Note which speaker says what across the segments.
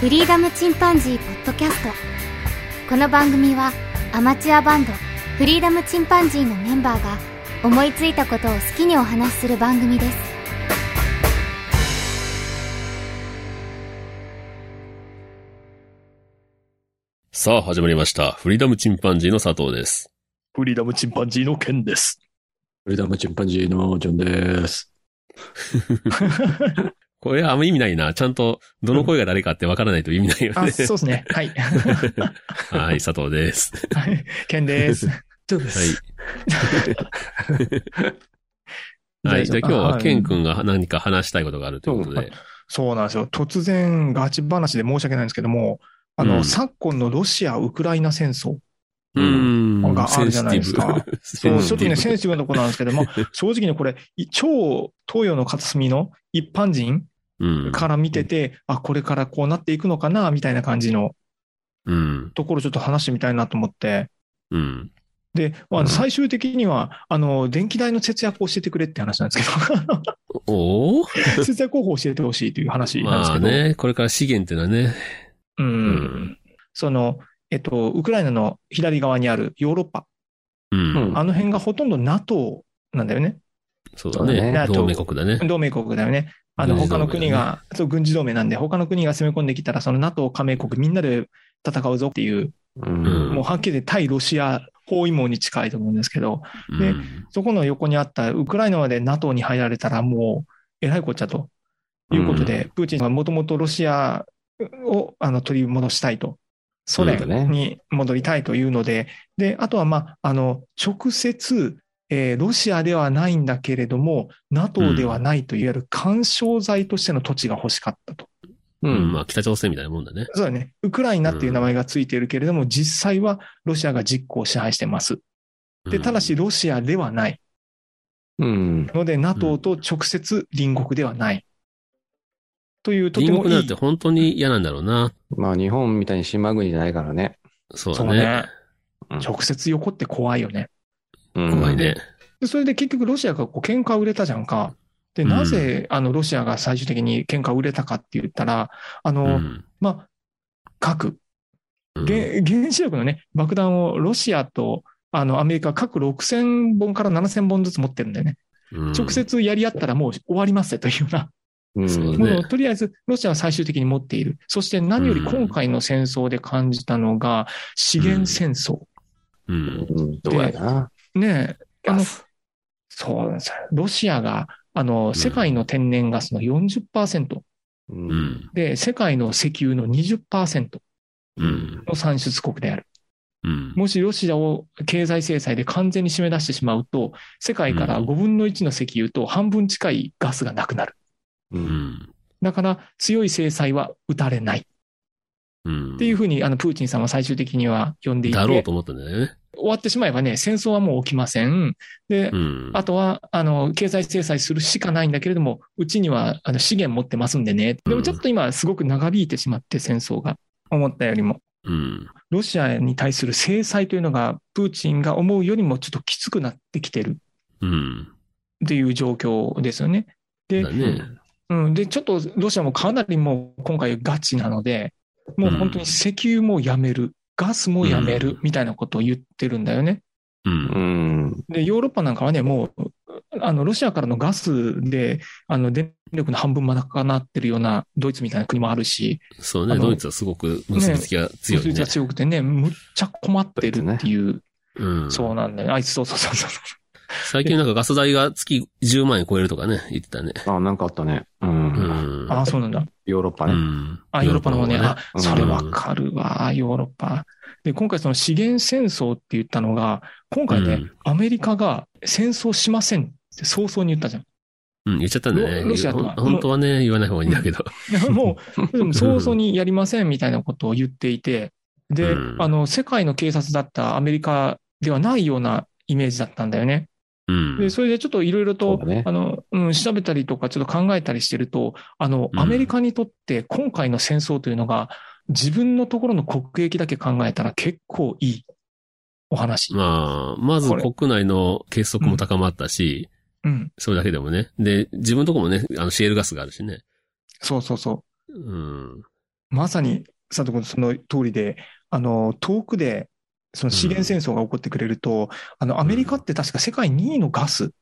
Speaker 1: フリーダムチンパンジーポッドキャストこの番組はアマチュアバンドフリーダムチンパンジーのメンバーが思いついたことを好きにお話しする番組です
Speaker 2: さあ、始まりました。フリーダムチンパンジーの佐藤です。
Speaker 3: フリーダムチンパンジーの剣です。
Speaker 4: フリーダムチンパンジーのジョンです。
Speaker 2: これあんま意味ないな。ちゃんと、どの声が誰かってわからないと意味ないよ
Speaker 3: あ、
Speaker 2: ね。
Speaker 3: そうですね。 はい。
Speaker 2: はい、佐藤です。
Speaker 3: 剣です。
Speaker 4: ジョンで
Speaker 2: はい。 はい。じゃあ今日は、ケン君が何か話したいことがあるということで。
Speaker 3: そうなんですよ。突然、ガチ話で申し訳ないんですけども、あの、
Speaker 2: うん
Speaker 3: 昨今のロシア・ウクライナ戦争。
Speaker 2: う。
Speaker 4: うん
Speaker 3: なんかあるじゃないですか
Speaker 2: セ
Speaker 3: そ
Speaker 2: ン
Speaker 3: う、
Speaker 2: シ
Speaker 3: ちょ
Speaker 2: テ
Speaker 3: っとね、セ
Speaker 2: ィ
Speaker 3: ンシティブなところなんですけど も、正直ね、これ、い超東洋の片隅の一般人
Speaker 2: ブ。うん。
Speaker 3: から見てて、あ、これからこうなっていくのかな、みたいな感じの
Speaker 2: うん。
Speaker 3: ところちょっと話してみたいなと思って。
Speaker 2: うん。
Speaker 3: で、ま
Speaker 2: うん
Speaker 3: あ、最終的には、あの、電気代の節約を教えてくれって話なんですけど。
Speaker 2: おお
Speaker 3: 節約方法を教えてほしいという話なんで
Speaker 2: ますあ
Speaker 3: けど、
Speaker 2: ね、これから資源ってのはね。
Speaker 3: うん
Speaker 2: ん
Speaker 3: その、えっと、ウクライナの左側にあるヨーロッパ、
Speaker 2: うん。
Speaker 3: あの辺がほとんど NATO なんだよね、
Speaker 2: そうだね。
Speaker 3: そうだね
Speaker 2: 同盟国だね。
Speaker 3: 同盟国だよね。あの
Speaker 2: 軍事
Speaker 3: 他
Speaker 2: 同盟だね
Speaker 3: の国が、そう軍事同盟なんで、他の国が攻め込んできたら、その NATO 加盟国みんなで戦うぞっていう、
Speaker 2: ん
Speaker 3: もうはっきり対ロシア包囲網に近いと思うんですけど、
Speaker 2: うん
Speaker 3: そこの横にあったウクライナまで NATO に入られたら、もうえらいこっちゃということで、プーチンはもともとロシアをあの取り戻したいと、ソ連
Speaker 4: そうだね
Speaker 3: に戻りたいというので、であとは、まあ、あの直接、えーロシアではないんだけれども、NATO ではないといわゆる干渉剤としての土地が欲しかったと。
Speaker 4: う
Speaker 2: うん。ま
Speaker 4: あ
Speaker 2: あ、北朝鮮みたいなもんだね。
Speaker 3: そうだね、ウクライナっていう名前がついているけれども、実際はロシアが実効支配してます。でただし、ロシアではない。
Speaker 4: うん。
Speaker 3: ので、NATO と直接隣国ではない。という、とて
Speaker 2: 隣
Speaker 3: も
Speaker 2: 国
Speaker 3: い
Speaker 2: なん
Speaker 3: い
Speaker 2: て。本当に嫌なんだろうな。
Speaker 4: まあ、日本みたいに島国じゃないからね。
Speaker 2: そうだ
Speaker 3: そう
Speaker 2: ね
Speaker 3: ね。。
Speaker 4: うん
Speaker 3: 直接横って怖いよね。
Speaker 4: うん
Speaker 2: 怖いね。
Speaker 3: でそれで結局、ロシアがこう喧嘩を売れたじゃんか。で、
Speaker 2: うん
Speaker 3: なぜ、あの、ロシアが最終的に喧嘩を売れたかって言ったら、あの、
Speaker 2: うん
Speaker 3: まあ、核、
Speaker 2: うん
Speaker 3: 原原子力のね、爆弾をロシアと、あの、アメリカ各6000本から7000本ずつ持ってるんだよね。
Speaker 2: うん
Speaker 3: 直接やり合ったらもう終わりますよというような。
Speaker 4: うん
Speaker 2: そうだ
Speaker 3: も
Speaker 2: ね
Speaker 3: のをとりあえずロシアは最終的に持っている。そして何より今回の戦争で感じたのが資源戦争。
Speaker 2: うん。
Speaker 4: うんどうやな。
Speaker 3: ねえ、あの
Speaker 4: ガ、
Speaker 3: そうなんですよ。ロシアが、あの、世界の天然ガスの40%
Speaker 4: う。
Speaker 2: うんん。
Speaker 3: で、世界の石油の20%
Speaker 2: うん。
Speaker 3: の産出国である。
Speaker 2: うん。
Speaker 3: もしロシアを経済制裁で完全に締め出してしまうと、世界から
Speaker 2: うん
Speaker 3: 5分の1の石油と半分近いガスがなくなる。
Speaker 4: う。
Speaker 2: うんん。
Speaker 3: だから強い制裁は打たれない。
Speaker 2: うん。
Speaker 3: っていうふうに、あの、プーチンさんは最終的には呼んでいて、
Speaker 2: だろう
Speaker 3: 終
Speaker 2: と思ったんだよね。
Speaker 3: わってしまえばね、戦争はもう起きません。で
Speaker 2: う、ん。
Speaker 3: あとは、あの、経済制裁するしかないんだけれども、うちには、あの、資源持ってますんでね。で
Speaker 2: う
Speaker 3: も
Speaker 2: ん
Speaker 3: ちょっと今、すごく長引いてしまって、戦争が。思ったよりも。
Speaker 2: うん。
Speaker 3: ロシアに対する制裁というのが、プーチンが思うよりもちょっときつくなってきてる
Speaker 2: うん。
Speaker 3: っていう状況ですよね。で
Speaker 2: だ、ね。
Speaker 3: うん、で、ちょっとロシアもかなりもう今回ガチなので、もう本当に石油もやめる、ガスもやめ
Speaker 2: う
Speaker 3: る
Speaker 2: ん
Speaker 3: みたいなことを言ってるんだよね。
Speaker 2: う。
Speaker 4: うんん。
Speaker 3: で、ヨーロッパなんかはね、もう、あの、ロシアからのガスで、あの、電力の半分まだかなってるようなドイツみたいな国もあるし、
Speaker 2: そうね。
Speaker 3: あの
Speaker 2: ドイツはすごく結びつきが強い
Speaker 3: が
Speaker 2: ね。
Speaker 3: 強くてね、むっちゃ困ってるっていう、
Speaker 2: うん。
Speaker 3: そうなんだよ。あいつ、そうそうそうそう。
Speaker 2: 最近なんかガス代が月10万円超えるとかね、言ってたね。
Speaker 4: あ、なんかあったね。う。
Speaker 2: うんん。
Speaker 3: ああ、そうなんだ。
Speaker 4: ヨーロッパ
Speaker 2: う
Speaker 4: ね。
Speaker 2: ん。
Speaker 3: あ、ヨーロッパの方ね。
Speaker 2: ヨーロ
Speaker 3: あ、それわかるわ、ヨーロッパ。で、今回その資源戦争って言ったのが、今回ね、
Speaker 2: うん
Speaker 3: アメリカが戦争しませんって早々に言ったじゃん。
Speaker 2: うん、言っちゃったんだね。
Speaker 3: ロロシアとは
Speaker 2: ほん本当はね、言わない方がいいんだけど。
Speaker 3: いや もう、でも早々にやりませんみたいなことを言っていて、で、
Speaker 2: うん
Speaker 3: あの、世界の警察だったアメリカではないようなイメージだったんだよね。
Speaker 2: うん。
Speaker 3: で、それでちょっといろいろ
Speaker 4: そう
Speaker 3: と
Speaker 4: だ、ね
Speaker 3: あ。の、うん、調べたりとか、ちょっと考えたりしてると、あの
Speaker 2: う、ん
Speaker 3: アメリカにとって今回の戦争というのが、自分のところの国益だけ考えたら結構いいお話。
Speaker 2: まあ、まず
Speaker 3: これ
Speaker 2: 国内の結束も高まったし、
Speaker 3: うん、
Speaker 2: それだけでもね。で、自分のとこもね、あの、シェールガスがあるしね。
Speaker 3: そうそうそ
Speaker 2: うん。
Speaker 3: まさに、佐藤君、その通りで、あの、遠くで、その資源戦争が起こってくれると、あの、アメリカって確か世界2位のガス、
Speaker 2: そう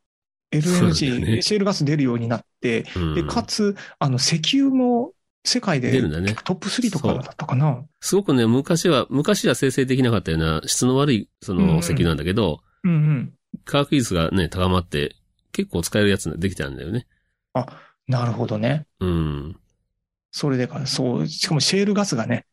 Speaker 2: だ
Speaker 3: LNG、
Speaker 2: よね
Speaker 3: シェールガス出るようになって、
Speaker 2: うん
Speaker 3: で、かつ、あの、石油も世界で
Speaker 2: 出るんだね。
Speaker 3: トップ3とかだったかな。
Speaker 2: すごくね、昔は、昔は生成できなかったような質の悪い、そ
Speaker 3: うん
Speaker 2: の石油なんだけど、
Speaker 3: うんうん。
Speaker 2: 科学技術がね、高まって、結構使えるやつができたんだよね。
Speaker 3: なるほどね。
Speaker 2: うん。
Speaker 3: それでか、そう、しかもシェールガスがね、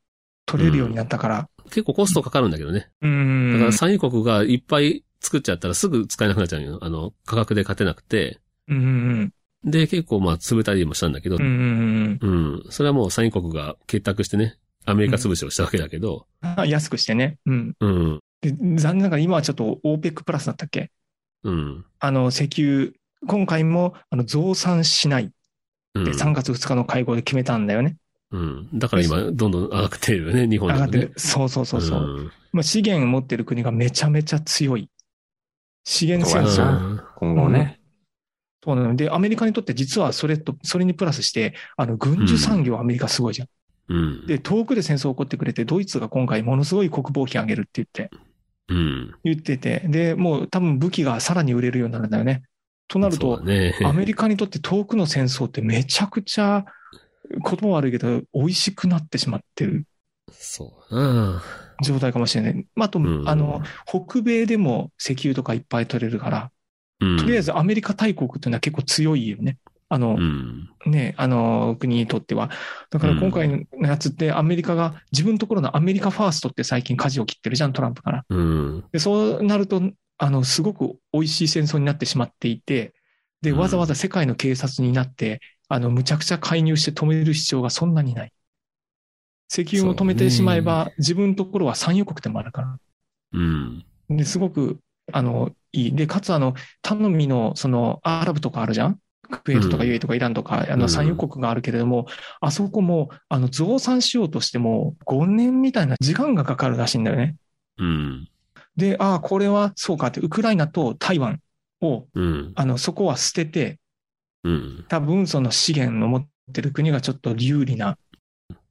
Speaker 3: 取れるようになったから。
Speaker 2: 結構コストかかるんだけどね。
Speaker 3: うん。
Speaker 2: だから産油国がいっぱい作っちゃったらすぐ使えなくなっちゃうよ。あの、価格で勝てなくて。
Speaker 3: うんうん
Speaker 2: で、結構まあ潰れたりもしたんだけど、
Speaker 3: うん。うんうん
Speaker 2: うん。それはもう産油国が結託してね、アメリカ潰しをしたわけだけど、
Speaker 3: うん。安くしてね。うん。
Speaker 2: うん。
Speaker 3: で残念ながら今はちょっと OPEC プラスだったっけ
Speaker 2: うん。
Speaker 3: あの、石油、今回もあの増産しない
Speaker 2: うん
Speaker 3: って3月2日の会合で決めたんだよね。
Speaker 2: うん。だから今、どんどん上がってるよね、日本
Speaker 3: 上
Speaker 2: で
Speaker 3: が
Speaker 2: も
Speaker 3: って
Speaker 2: ね
Speaker 3: る。。そうそうそうそう。まあ、資源持ってる国がめちゃめちゃ強い。資源戦
Speaker 2: うん。
Speaker 4: そう
Speaker 3: 争。
Speaker 4: やな
Speaker 2: うん
Speaker 4: 今後ね。
Speaker 3: そうなので、アメリカにとって実はそれと、それにプラスして、あの、軍需産業アメリカすごいじゃん。
Speaker 2: うん。
Speaker 3: で、遠くで戦争起こってくれて、ドイツが今回ものすごい国防費上げるって言って、
Speaker 2: うん。
Speaker 3: 言ってて、で、もう多分武器がさらに売れるようになるんだよね。となる
Speaker 2: そう
Speaker 3: と
Speaker 2: だ、ね。
Speaker 3: アメリカにとって遠くの戦争ってめちゃくちゃ、言葉悪いけど、美味しくなってしまってる
Speaker 2: そうだな。
Speaker 3: 状態かもしれない。まああと、
Speaker 2: うん
Speaker 3: あの、、北米でも石油とかいっぱい取れるから、
Speaker 2: うん
Speaker 3: とりあえ、ずアメリカ大国っていうのは結構強いよね。あの
Speaker 2: う、ん。
Speaker 3: ね、あの、国にとっては。だから今回のやつってアメリカが、自分のところのアメリカファーストって最近舵を切ってるじゃん、トランプから。
Speaker 2: うん。
Speaker 3: で、そうなると、あの、すごく美味しい戦争になってしまっていて、で、
Speaker 2: うん
Speaker 3: わざわざ世界の警察になって、あの、むちゃくちゃ介入して止める必要がそんなにない。石油も止めてしまえば、自分のところは産油国でもあるから。
Speaker 2: うん。
Speaker 3: で、すごく、あの、いい。で、かつ、あの、頼みの、その、アラブとかあるじゃんクウェートとか
Speaker 2: うん
Speaker 3: ユーエイとかイランとか、あ
Speaker 2: う
Speaker 3: の、
Speaker 2: ん
Speaker 3: 産油国があるけれども、あそこも、あの、増産しようとしても、5年みたいな時間がかかるらしいんだよね。
Speaker 2: うん。
Speaker 3: で、ああ、これはそうかって、ウクライナと台湾を、
Speaker 2: うん。
Speaker 3: あの、そこは捨てて、
Speaker 2: うん。
Speaker 3: 多分その資源の持ってる国がちょっと有利な、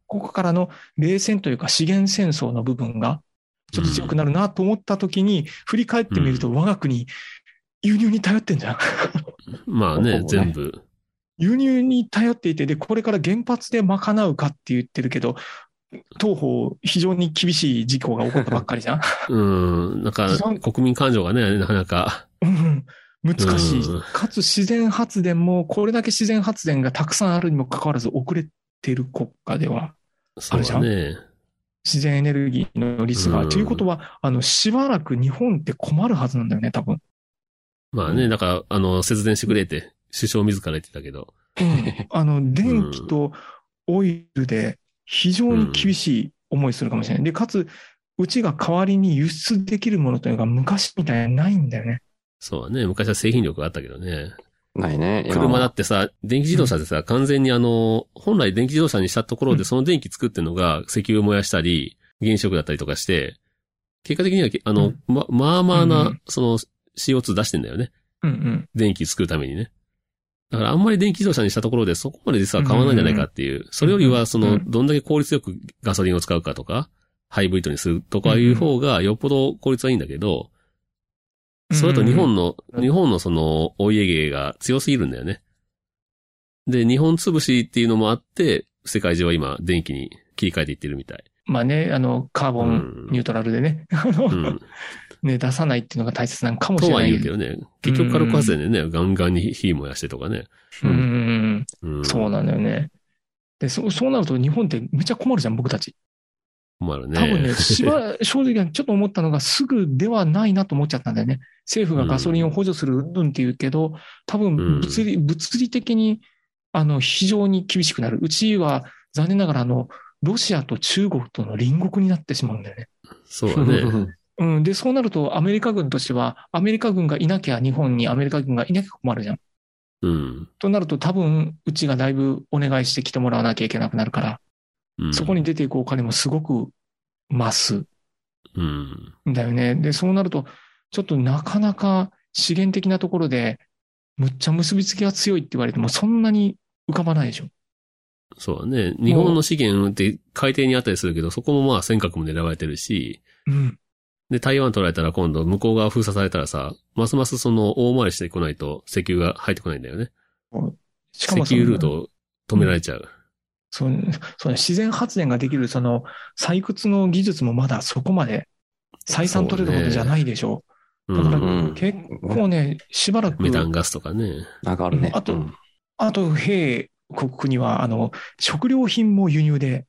Speaker 3: ここからの冷戦というか資源戦争の部分がちょっと強くなるなと思った時に、振り返ってみると我が国、輸入に頼ってんじゃん。
Speaker 2: まあね
Speaker 4: ほ、ぼね
Speaker 2: 全部。
Speaker 3: 輸入に頼っていて、で、これから原発で賄うかって言ってるけど、当方非常に厳しい事故が起こったばっかりじゃん。
Speaker 2: うん。なんか
Speaker 3: 既存、
Speaker 2: 国民感情がね、なかなか。
Speaker 3: うん難しい
Speaker 2: うん。
Speaker 3: かつ自然発電も、これだけ自然発電がたくさんあるにもかかわらず遅れてる国家では、
Speaker 2: そう
Speaker 3: あ
Speaker 2: だね。
Speaker 3: 自然エネルギーの率が。
Speaker 2: うん
Speaker 3: ということは、あの、しばらく日本って困るはずなんだよね、多分。
Speaker 2: まあね、だから、あの、節電してくれって、首相自ら言ってたけど。
Speaker 3: あの、電気とオイルで非常に厳しい思いするかもしれない。で、かつ、うちが代わりに輸出できるものというのが昔みたいにないんだよね。
Speaker 2: そうだね、昔は製品力があったけどね。
Speaker 4: ないね。今は
Speaker 2: 車だってさ、電気自動車でさ、完全にあの、本来電気自動車にしたところ
Speaker 3: うん
Speaker 2: で、その電気作ってるのが石油を燃やしたり、原子力だったりとかして、結果的にはけ、あ
Speaker 3: う
Speaker 2: の
Speaker 3: ん、
Speaker 2: ま、まあまあ
Speaker 3: うんう、
Speaker 2: なんその CO2 出してんだよね。
Speaker 3: うん
Speaker 2: 電気作るためにね。だからあんまり電気自動車にしたところでそこまで実は変わらないんじゃないかっていう。それよりはそうの、
Speaker 3: ん
Speaker 2: どんだけ効率よくガソリンを使うかとか、ハイブリッドにするとかいう方がよっぽど効率はいいんだけど、
Speaker 3: うん。
Speaker 2: それだと日本
Speaker 3: の、
Speaker 2: の、
Speaker 3: うん
Speaker 2: 日本のその、お家芸が強すぎるんだよね。で、日本潰しっていうのもあって、世界中は今、電気に切り替えていってるみ たい。
Speaker 3: まあね、あの、カーボンニュートラルでね、あの
Speaker 2: うん。
Speaker 3: ね、出さないっていうのが大切なのかもし
Speaker 2: と
Speaker 3: れ
Speaker 2: は
Speaker 3: ない
Speaker 2: 言
Speaker 3: いう
Speaker 2: け
Speaker 3: けど。
Speaker 2: どね、結局火力発電でね、ガンガンに火燃やしてとかね。
Speaker 3: うんうんうん。
Speaker 2: うん。
Speaker 3: そうなんだよね。で、そう、そうなると日本ってめちゃ困るじゃん、僕たち。
Speaker 2: 困るね。
Speaker 3: 多分ね、しば、正直ちょっと思ったのがすぐではないなと思っちゃったんだよね。政府がガソリンを補助するうんぬんって言うけど、多分物理、物理的に、あの、非常に厳しくなる。うちは残念ながら、あの、ロシアと中国との隣国になってしまうんだよね。
Speaker 2: そうだね。
Speaker 3: うん。で、そうなるとアメリカ軍としては、アメリカ軍がいなきゃ日本にアメリカ軍がいなきゃ困るじゃん。
Speaker 2: うん。
Speaker 3: となると多分、うちがだいぶお願いしてきてもらわなきゃいけなくなるから、
Speaker 2: うん
Speaker 3: そこに出ていくお金もすごく増す
Speaker 2: うん。
Speaker 3: んだよね。で、そうなると、ちょっとなかなか資源的なところで、むっちゃ結びつきが強いって言われても、そんなに浮かばないでしょ。
Speaker 2: そうだね。日本の資源って海底にあったりするけど、そこもまあ尖閣も狙われてるし、
Speaker 3: うん。
Speaker 2: で、台湾取られたら今度向こう側封鎖されたらさ、ますますその大回りしてこないと石油が入ってこないんだよね。
Speaker 3: し
Speaker 2: 石
Speaker 3: かもその
Speaker 2: 油ルートを止められちゃう。
Speaker 3: そうそう自然発電ができるその採掘の技術もまだそこまで採算取れるほどじゃないでしょ
Speaker 2: う
Speaker 3: だから
Speaker 2: ん。
Speaker 4: ん
Speaker 3: 結構ね、しばらく
Speaker 2: メ、タンガスとかね。
Speaker 4: なんかあるね。
Speaker 3: あと
Speaker 4: うん
Speaker 3: あと、兵国には、あの、食料品も輸入で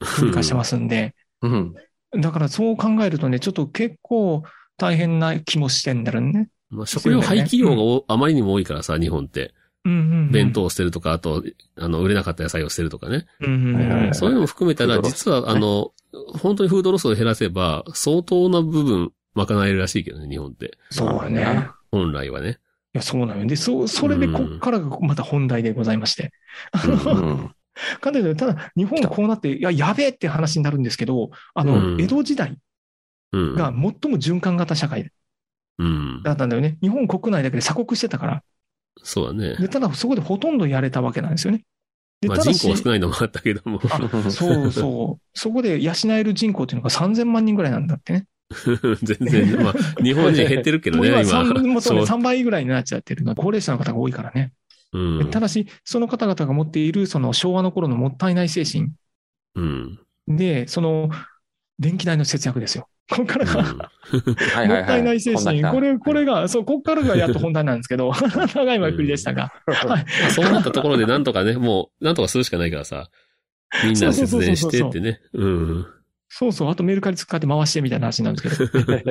Speaker 3: 文化してますんで、
Speaker 4: うん。
Speaker 3: だからそう考えるとね、ちょっと結構大変な気もしてんだろうね。
Speaker 2: まあ、食料廃棄量がおあまりにも多いからさ、日本って。
Speaker 3: うんうんうん
Speaker 2: 弁。当を捨てるとか、あと、あの、売れなかった野菜を捨てるとかね。
Speaker 3: うんうんうん
Speaker 4: はいはいはい
Speaker 2: そういうのも含めた
Speaker 4: フ
Speaker 2: ら、
Speaker 4: ードロス
Speaker 2: 実は、あの、本当にフードロスを減らせば、相当な部分、賄えるらしいけどね、日本って。
Speaker 3: そうね。い
Speaker 4: なるほどな
Speaker 2: 本来はね。
Speaker 3: や、そうなのよ。で、そう、それでこっからがまた本題でございまして。
Speaker 4: うん。
Speaker 3: かというとただ、日本はこうなって、いや、やべえって話になるんですけど、あの、
Speaker 2: うん
Speaker 3: 江戸時代
Speaker 2: うん。
Speaker 3: が最も循環型社会
Speaker 2: うん。
Speaker 3: だったんだよね。日本国内だけで鎖国してたから。
Speaker 2: そうだね。
Speaker 3: で、ただそこでほとんどやれたわけなんですよね。で、
Speaker 2: まあ
Speaker 3: ただ
Speaker 2: 人
Speaker 3: し
Speaker 2: 口は少ないのもあったけども。
Speaker 3: そうそう。そこで養える人口っていうのが3000万人ぐらいなんだってね。
Speaker 2: 全然、まあ、日本人減ってるけど
Speaker 3: もう
Speaker 2: ね、
Speaker 3: 今
Speaker 2: 今。
Speaker 3: 3、もうそうね
Speaker 2: そう
Speaker 3: 3倍ぐらいになっちゃってるのは高齢者の方が多いからね。
Speaker 2: うん
Speaker 3: た。だし、その方々が持っているその昭和の頃のもったいない精神
Speaker 2: うん。
Speaker 3: で、その電気代の節約ですよ。ここからが、もっ
Speaker 4: はいはいはい。
Speaker 3: たいない精神。これ、これが、そう、ここからがやっと本題なんですけど、長い前振りでしたが。はい。
Speaker 2: そうなったところでなんとか ね、もう、なんとかするしかないからさ、みんな節電してってね。うん。
Speaker 3: そうそう、あとメルカリ使って回してみたいな話なんです けど。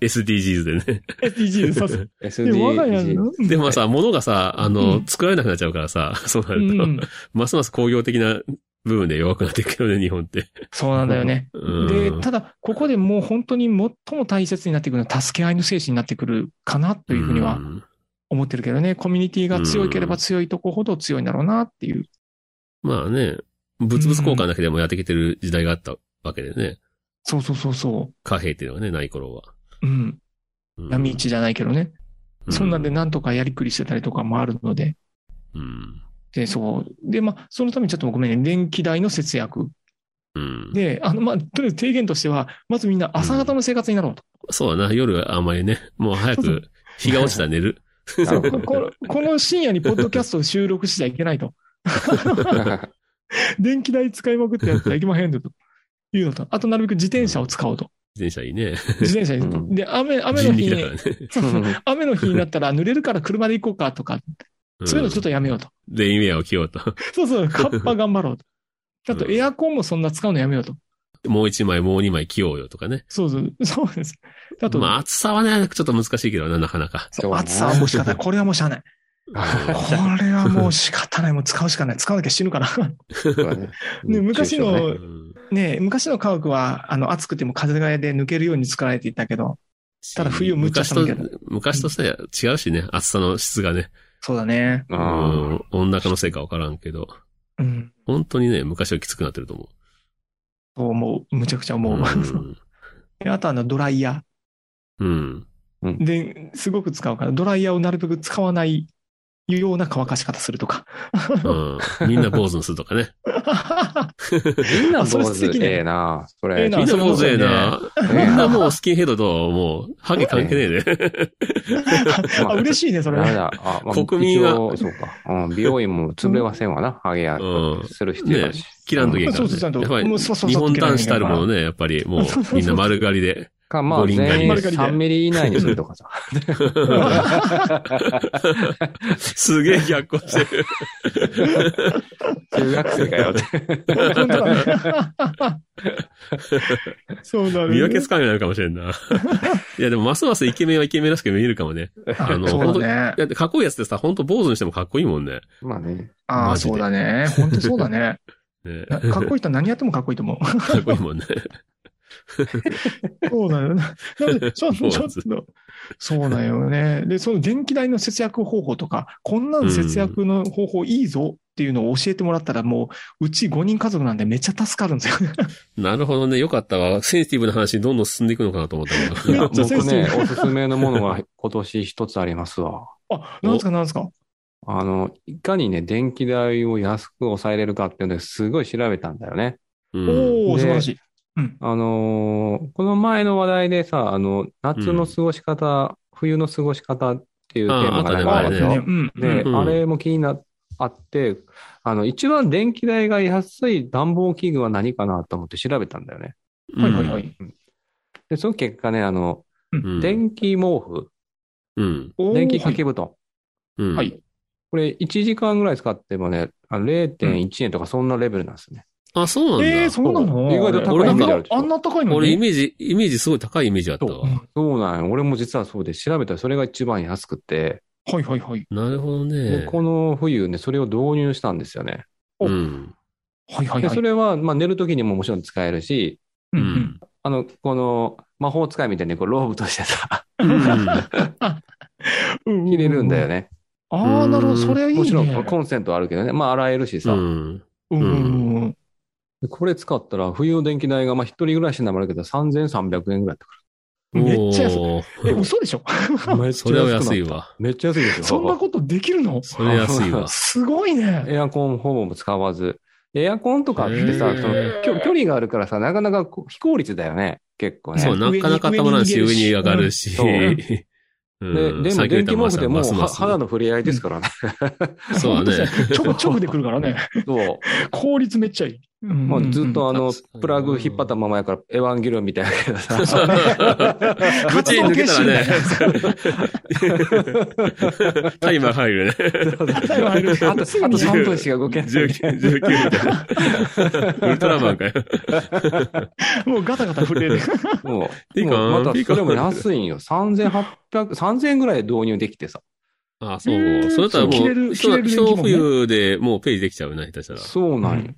Speaker 2: SDGs でね。
Speaker 3: SDGs、そうそう。で、我が家
Speaker 4: SDGs。
Speaker 3: の、う ん
Speaker 2: でもさ、物がさ、あ
Speaker 3: う
Speaker 2: の、
Speaker 3: ん
Speaker 2: 作られなくなっちゃうからさ、 そうな
Speaker 3: う
Speaker 2: ると、
Speaker 3: ん、
Speaker 2: ますます工業的な部分で弱くなっていくよね、日本って。
Speaker 3: そうなんだよね。
Speaker 2: うん
Speaker 3: で、ただ、ここでもう本当に最も大切になってくるのは、助け合いの精神になってくるかなというふうには
Speaker 2: ん
Speaker 3: 思ってるけどね、コミュニティが強ければ強いとこほど強いんだろうなっていう。
Speaker 2: まあね、物々交換だけでもやってきてる時代があったわけでね。
Speaker 3: そうそうそうそ
Speaker 2: 貨幣っていうのはね、ない頃は。
Speaker 3: う。うん。
Speaker 2: うん
Speaker 3: 闇市じゃないけどね。そんなんで、なんとかやりくりしてたりとかもあるので。
Speaker 2: うん。
Speaker 3: で、そう。で、まあ、そのためにちょっとごめんね、電気代の節約。
Speaker 2: うん。
Speaker 3: で、あの、まあ、とりあえず提言としては、まずみんな朝方の生活になろうと。
Speaker 2: そうだな、夜あんまりね、もう早
Speaker 3: そう
Speaker 2: く日が落ちたら寝る。
Speaker 4: なる
Speaker 3: こ
Speaker 4: ほ
Speaker 3: ここの深夜にポッドキャストを収録しちゃいけないと。
Speaker 4: ど。
Speaker 3: 電気代使いまくってやったらいけまへんと。いうのと、あとなるべく自転車を使お うと。
Speaker 2: 自転車いいね。
Speaker 3: 自転車
Speaker 4: う
Speaker 3: に。
Speaker 4: ん
Speaker 3: で、雨、雨
Speaker 2: 人
Speaker 3: の日
Speaker 2: 力だから
Speaker 3: に、
Speaker 2: ね。
Speaker 3: 雨の日になったら濡れるから車で行こうかとか、そういうのちょっとやめようと。
Speaker 2: うんレインウェアを着ようと。
Speaker 3: そうそう、カッパ頑張ろうと。あとエアコンもそんな使うのやめようと。
Speaker 2: もう一枚、もう二枚着ようよとかね。
Speaker 3: そうそう、そうです。あと、
Speaker 2: まあ、暑さはね、ちょっと難しいけどな、なかなか。
Speaker 3: そう 暑さはもう仕方ない。これはもうしゃあ ない。これはもう仕方ない。もう使うしかない。使わなきゃ死ぬから。 ね、昔
Speaker 2: う
Speaker 3: の、
Speaker 2: ん
Speaker 3: ね、昔の科学は、あの、暑くても風がで抜けるように作られていたけど、ただ冬むっちゃ
Speaker 2: 昔と
Speaker 3: 寒いけど、
Speaker 2: 昔として違うしね、暑さの質がね。
Speaker 3: そうだね。
Speaker 2: う
Speaker 4: う。
Speaker 2: んん。温暖化のせいかわからんけど。
Speaker 3: うん。
Speaker 2: 本当にね、昔はきつくなってると思う。
Speaker 3: そう思う。むちゃくちゃ思う。
Speaker 2: ん
Speaker 3: であとあの、ドライヤー。
Speaker 2: うん。
Speaker 3: で、すごく使うから、ドライヤーをなるべく使わないような乾かし方する とか。
Speaker 2: うんみんな坊主にするとか ね。
Speaker 4: みんな
Speaker 3: それ
Speaker 4: 坊
Speaker 3: 素
Speaker 4: 主
Speaker 3: 敵ね
Speaker 4: ええなそ
Speaker 3: ええ
Speaker 4: れ。
Speaker 3: な
Speaker 2: みんな坊主ええな。
Speaker 4: え
Speaker 2: み
Speaker 4: え
Speaker 2: んな
Speaker 4: な
Speaker 2: もうスキンヘッドと、もう、ハゲ関係ねえね。
Speaker 3: あ嬉しいね、それ
Speaker 4: ダメ
Speaker 3: ね。
Speaker 4: だ。あ、まあ
Speaker 2: 国民は
Speaker 4: 一応そうか。うん。美容院も潰れませんわな。ハ ゲや
Speaker 2: うん。
Speaker 4: する必要だし。
Speaker 2: 切らんといけんか
Speaker 3: そうそうそ
Speaker 2: らね。
Speaker 3: う
Speaker 2: やっぱり、
Speaker 3: もうそうそうそう
Speaker 2: 日本男子たるものね、やっぱりも う、みんな丸刈りで。
Speaker 4: か、ま
Speaker 2: 五
Speaker 4: あ、
Speaker 2: 輪狩り
Speaker 4: 全員
Speaker 3: 丸刈りで
Speaker 4: 3ミリ以内にすると かさ。
Speaker 2: すげえ逆行してる。
Speaker 4: 中学生かよって。
Speaker 3: 本当だねそうなる、
Speaker 2: 見分けつかめないかもしれん な。いや、でも、ますますイケメンはイケメンらしく見えるかもね。
Speaker 3: あ
Speaker 2: あの
Speaker 3: そうだね。
Speaker 2: だって、かっこいいやつってさ、ほんと坊主にしてもかっこいいもんね。
Speaker 4: まあね。
Speaker 3: ああ、
Speaker 2: マジで
Speaker 3: そうだね。本当そうだね。
Speaker 2: ね
Speaker 3: なかっこいい人は何やってもかっこいいと思う。
Speaker 2: かっこいいもんね。
Speaker 3: そうだよね。なのでちょち
Speaker 2: そう
Speaker 3: ょっ
Speaker 2: なんです
Speaker 3: と、そうだよね。で、その電気代の節約方法とか、こんなん節約の方法いいぞっていうのを教えてもらったら、もう、うち5人家族なんでめっちゃ助かるんですよ。
Speaker 2: なるほどね。よかったわ。センシティブな話にどんどん進んでいくのかなと思った
Speaker 4: い
Speaker 2: け
Speaker 4: や
Speaker 2: ど。
Speaker 3: めっちゃセン
Speaker 4: 僕
Speaker 3: シティ
Speaker 4: ね、
Speaker 3: ブ
Speaker 4: おすすめのものが今年一つありますわ。
Speaker 3: あ、なんですかなんですか
Speaker 4: あの、いかにね、電気代を安く抑えれるかっていうのですごい調べたんだよね。
Speaker 2: うん。
Speaker 3: おお
Speaker 4: で
Speaker 3: 素晴らしい。
Speaker 4: あのーこの前の話題でさ、あの、夏の過ごし方、冬の過ごし方っていうテーマがなんかあるでし
Speaker 2: ああ
Speaker 4: ょ
Speaker 2: ったね
Speaker 3: うん。
Speaker 4: で、
Speaker 2: うん
Speaker 4: あれも気になって、あの、一番電気代が安い暖房器具は何かなと思って調べたんだよね。
Speaker 3: うんはいはいは
Speaker 2: うん
Speaker 3: い。
Speaker 4: で、その結果ね、あの、
Speaker 2: うん。
Speaker 4: 電気毛布、
Speaker 2: うん。
Speaker 3: おー
Speaker 4: 電気掛け布団。
Speaker 2: うん。
Speaker 3: はい。はい。
Speaker 4: これ1時間ぐらい使ってもね、あの0.1円とかそんなレベルなんですね。
Speaker 2: あ、そうなんだ。
Speaker 3: えー、そうなの
Speaker 4: 意外と
Speaker 2: 高いイメー
Speaker 4: ジあるでしょ
Speaker 3: あんな高いのに
Speaker 2: 俺イメージ、イメージすごい高いイメージあったわ。
Speaker 4: そうなんよ俺も実はそうで調べたらそれが一番安くて、
Speaker 3: はいはいはい。
Speaker 2: なるほど
Speaker 4: で
Speaker 2: ね。
Speaker 4: この冬ね、それを導入したんですよね。
Speaker 2: うん。
Speaker 3: はいはい
Speaker 4: で
Speaker 3: はい。
Speaker 4: それは、まあ、寝る時にももちろん使えるし、
Speaker 3: うん
Speaker 4: あの、この魔法使いみたいにこうローブとしてさ、
Speaker 3: うん
Speaker 4: 着れるんだよ
Speaker 3: ね。
Speaker 4: ね。
Speaker 3: ああ、なるほど。それいいね。
Speaker 4: もちろんコンセントあるけどね、まあ洗えるし
Speaker 2: う
Speaker 4: さ、
Speaker 2: ん。
Speaker 3: うんうんうん。
Speaker 4: でこれ使ったら冬の電気代が、まあ一人暮らしになるけど3300円ぐらいだか
Speaker 3: めっちゃ安い
Speaker 2: おー
Speaker 3: え、嘘でしょ
Speaker 4: ら。めっ
Speaker 2: それは安い。わ。
Speaker 4: めっちゃ安いですよ。
Speaker 3: そんなことできるの
Speaker 2: それ安いわ。
Speaker 3: すごいね。
Speaker 4: エアコンほぼも使わず。エアコンとかって
Speaker 2: へ
Speaker 4: さ、
Speaker 2: ー
Speaker 4: その距距離があるからさ、なかなかこう非効率だよね。結構ね。
Speaker 2: そう、なかなかたまらんし、上
Speaker 3: 上
Speaker 2: に
Speaker 3: に
Speaker 2: 上
Speaker 3: 上
Speaker 2: が
Speaker 3: が
Speaker 2: る
Speaker 3: る
Speaker 2: し。
Speaker 4: うん
Speaker 2: うん
Speaker 4: でで
Speaker 2: さっ
Speaker 4: も
Speaker 2: き言っ
Speaker 4: 電
Speaker 2: た
Speaker 4: 気毛布でも
Speaker 2: ま
Speaker 4: う
Speaker 2: さま
Speaker 4: は
Speaker 2: す
Speaker 4: 肌の触れ合いですからね。
Speaker 2: そうだね。
Speaker 3: ちょ、直で来るか らね。
Speaker 4: そう。
Speaker 3: 効率めっちゃいい。うん
Speaker 4: もうずっとあ
Speaker 2: うんうん
Speaker 4: の
Speaker 2: うん、
Speaker 4: プラグ引っ張ったままやから、エヴァンゲリオンみたいだけどさ。
Speaker 2: ぶち抜けたらね。タイマー入るね。
Speaker 4: あと、あと3分しか動けない。
Speaker 2: 19、19みたいな。ウルトラマンかよ。
Speaker 3: もうガタガタ震 えて。
Speaker 4: も、
Speaker 2: いういか
Speaker 4: もうま
Speaker 2: い
Speaker 4: た
Speaker 2: いか
Speaker 4: それも安いんよ。3800、3000円ぐらいで導入できてさ。
Speaker 2: あ、そう。
Speaker 3: えー
Speaker 2: それだったら
Speaker 3: そう着
Speaker 2: もう、
Speaker 3: れる着
Speaker 2: 一
Speaker 3: れる電気もね
Speaker 2: 冬でもうページできちゃうな、下手したら。
Speaker 4: そうなんよ。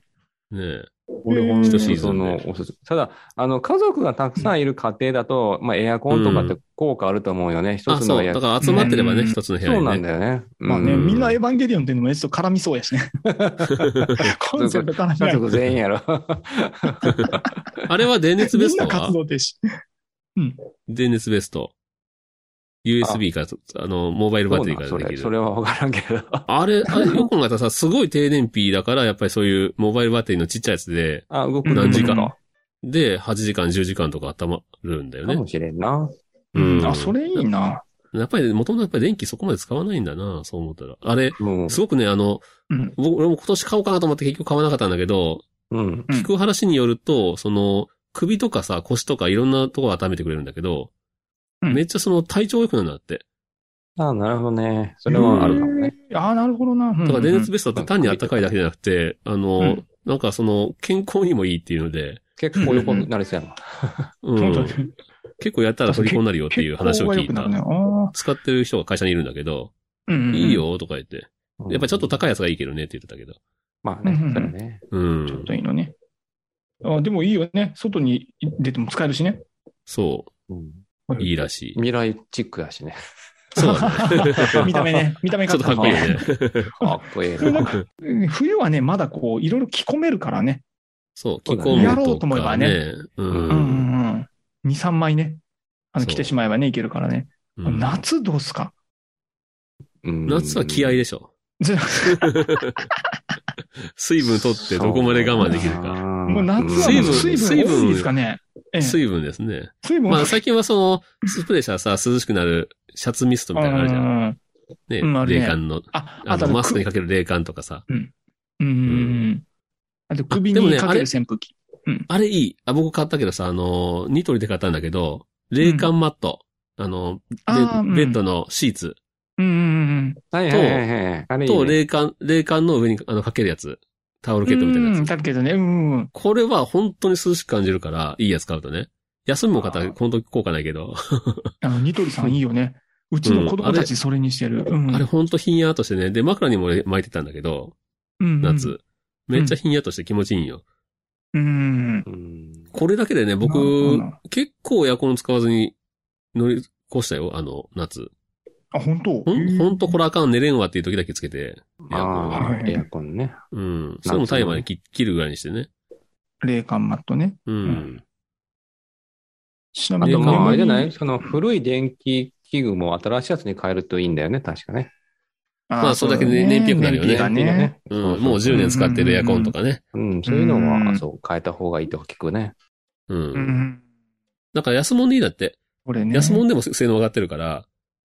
Speaker 2: ね
Speaker 4: 俺本当
Speaker 2: 一シー
Speaker 4: に
Speaker 2: ズ
Speaker 4: そ
Speaker 2: ン
Speaker 4: の
Speaker 2: で
Speaker 4: おすすめ。ただ、あの、家族がたくさんいる家庭だと、まあ、エアコンとかって効果あると思うよね。一
Speaker 2: あ、
Speaker 4: つ
Speaker 2: そ
Speaker 4: の
Speaker 2: う。
Speaker 4: エ
Speaker 2: だ
Speaker 4: アコン。
Speaker 2: から集まってればね、
Speaker 3: うん
Speaker 2: 一つの部屋にね。
Speaker 4: そうなんだよね。
Speaker 3: まあね、
Speaker 4: うん
Speaker 3: みんなエヴァンゲリオンっていうのもちょっと絡みそうや しね。コンセント絡み
Speaker 4: 家
Speaker 3: ない。
Speaker 4: 族全員やろ。
Speaker 2: あれは電熱ベ
Speaker 3: み
Speaker 2: ス
Speaker 3: ん
Speaker 2: ト
Speaker 3: な活
Speaker 2: は
Speaker 3: 動停止。
Speaker 2: 電熱ベスト。USB からと、あの、モバイルバッテリーから
Speaker 4: そ
Speaker 2: で
Speaker 4: れ、
Speaker 2: き
Speaker 4: そ
Speaker 2: る。
Speaker 4: れはわからんけど。
Speaker 2: あれ、あれ、よく考えたらさ、すごい低燃費だから、やっぱりそういうモバイルバッテリーのちっちゃいやつで、
Speaker 4: あ、動く
Speaker 2: 何時
Speaker 4: か
Speaker 2: 間で、8時間、10時間とか温まるんだよ
Speaker 4: か
Speaker 2: ね
Speaker 4: も。しれんな。
Speaker 2: うん
Speaker 3: あ、それいいな。
Speaker 2: やっぱり、元々やっぱり電気そこまで使わないんだな、そう思ったら。あれ、
Speaker 4: もう。
Speaker 2: すごくね、あの、
Speaker 3: うん。
Speaker 2: 僕俺も今年買おうかなと思って結局買わなかったんだけど、
Speaker 4: うん。
Speaker 3: うん
Speaker 2: 聞く話によると、その、首とかさ、腰とかいろんなところ温めてくれるんだけど、
Speaker 3: うん
Speaker 2: めっちゃその体調良くなるんだって。
Speaker 4: あなるほどね。それはあるかもね。
Speaker 3: へー。あーなるほどな。
Speaker 2: だ
Speaker 3: だ
Speaker 2: から電熱ベストって単に暖かいだけじゃなくて、あの、
Speaker 3: うん
Speaker 2: なんかその、健康にもいいっていうので、
Speaker 4: 結構横になりそうやもん。
Speaker 2: うん
Speaker 3: 本当に
Speaker 2: 結構やったら取り込んだりよっていう話を聞い
Speaker 3: 血行が良くな
Speaker 2: た
Speaker 3: る。ねあ
Speaker 2: 使ってる人が会社にいるんだけど、
Speaker 3: ーうんうん
Speaker 2: いい。よとか言って。
Speaker 4: うん
Speaker 2: やっぱちょっと。高いやつがいいけどねって言ってたけど。
Speaker 4: まあね、
Speaker 3: う
Speaker 4: そ
Speaker 3: ん
Speaker 4: れね。
Speaker 2: う
Speaker 3: ちょっ
Speaker 2: ん。
Speaker 3: といいのね。あでもいいよね。外に出ても使える しね。
Speaker 2: そ
Speaker 4: うん
Speaker 2: う。いいらしい。
Speaker 4: 未来チックや しね。
Speaker 2: そうだね。
Speaker 3: 見た目ね。見た目
Speaker 2: ちょっとかっこいいよね。
Speaker 4: かっこいいな。
Speaker 3: なんか冬はね、まだこう、いろいろ着込めるからね。
Speaker 2: そう、
Speaker 4: そ
Speaker 2: 着
Speaker 4: うだ
Speaker 2: 込むとか、ね。
Speaker 4: ね
Speaker 3: やろうと思えばね。
Speaker 2: う
Speaker 3: うんうん
Speaker 2: ん。
Speaker 3: うん。2、3枚ね。あの、
Speaker 2: そう
Speaker 3: 着てしまえばね、いけるからね。
Speaker 2: うん
Speaker 3: 夏どうすか
Speaker 4: うん
Speaker 2: 夏は気合でしょ。
Speaker 3: ぜ
Speaker 2: 水分取ってどこまで我慢できるか。
Speaker 3: もう夏はもう
Speaker 2: 水
Speaker 3: 水
Speaker 2: 分
Speaker 3: 分、
Speaker 2: 水分
Speaker 3: 多いですかね。ええ
Speaker 2: 水分ですね。
Speaker 3: 水分
Speaker 2: まあ
Speaker 3: 多い
Speaker 2: 最近はその、スプレーしたらさ、涼しくなるシャツミストみたいなのあるじゃん。
Speaker 3: うんうん
Speaker 2: ね、
Speaker 3: うんあるね
Speaker 2: 冷感の、
Speaker 3: あ、
Speaker 2: あ
Speaker 3: あと
Speaker 2: の、マスクに
Speaker 3: か
Speaker 2: かける冷感とかさ。
Speaker 3: うんうんうん。あと首
Speaker 2: でもね
Speaker 3: にかける
Speaker 2: あれ
Speaker 3: 扇風機。
Speaker 2: あれいい。あ、僕買ったけどさ、あの、ニトリで買ったんだけど、冷感マット。あの、で
Speaker 3: あーうん
Speaker 2: ベッドのシーツ
Speaker 3: うんうん
Speaker 4: はいはいはいはい。あれいいね
Speaker 2: と冷感、冷感の上にあのかけるやつ。タオル
Speaker 3: うん。
Speaker 2: ケットみたいな
Speaker 3: う
Speaker 2: や
Speaker 3: ん
Speaker 2: つ。
Speaker 3: だけどね、うんうん。
Speaker 2: これは本当に涼しく感じるから、いいやつ買うとね。休みも方
Speaker 4: あ、ー
Speaker 2: この時効果ないけど。
Speaker 3: あの、ニトリさんいいよね。うちの子供たちそれにしてる。うん。
Speaker 2: あれほんとひんやーとしてね。で、枕にも俺巻いてたんだけど、
Speaker 3: うん、
Speaker 2: 夏。めっちゃひんやーとして気持ちいいんよ。
Speaker 3: うん。
Speaker 4: うん
Speaker 2: これだけでね、僕
Speaker 3: うんうん、
Speaker 2: 結構エアコン使わずに乗り越したよ、あの、夏。
Speaker 3: あ、本当
Speaker 2: ほん、ほんとこれあかん、寝れんわっていう時だけつけて、エアコンは。
Speaker 4: ああ、エアコンね。
Speaker 2: うん。それもタイマーで切切るぐらいにしてね。
Speaker 3: 冷感マットね。
Speaker 2: う。。
Speaker 4: うん
Speaker 3: ちな
Speaker 4: あ
Speaker 3: みに
Speaker 4: と、まあ、あれじゃない
Speaker 3: 眠
Speaker 4: その古い電気器具も新しいやつに変えるといいんだよね、確かね。
Speaker 2: まあそれだけね燃費良くなるよね
Speaker 3: 燃費がね。
Speaker 2: うん、もう10年使ってるエアコンとかね。
Speaker 4: うん、そういうの
Speaker 3: う
Speaker 4: は、
Speaker 3: ん
Speaker 4: そう、変えた方がいいと聞くね。
Speaker 2: うん。
Speaker 3: うん。
Speaker 2: だから安物でいいんだって。
Speaker 3: これね。
Speaker 2: 安物でも性能上がってるから、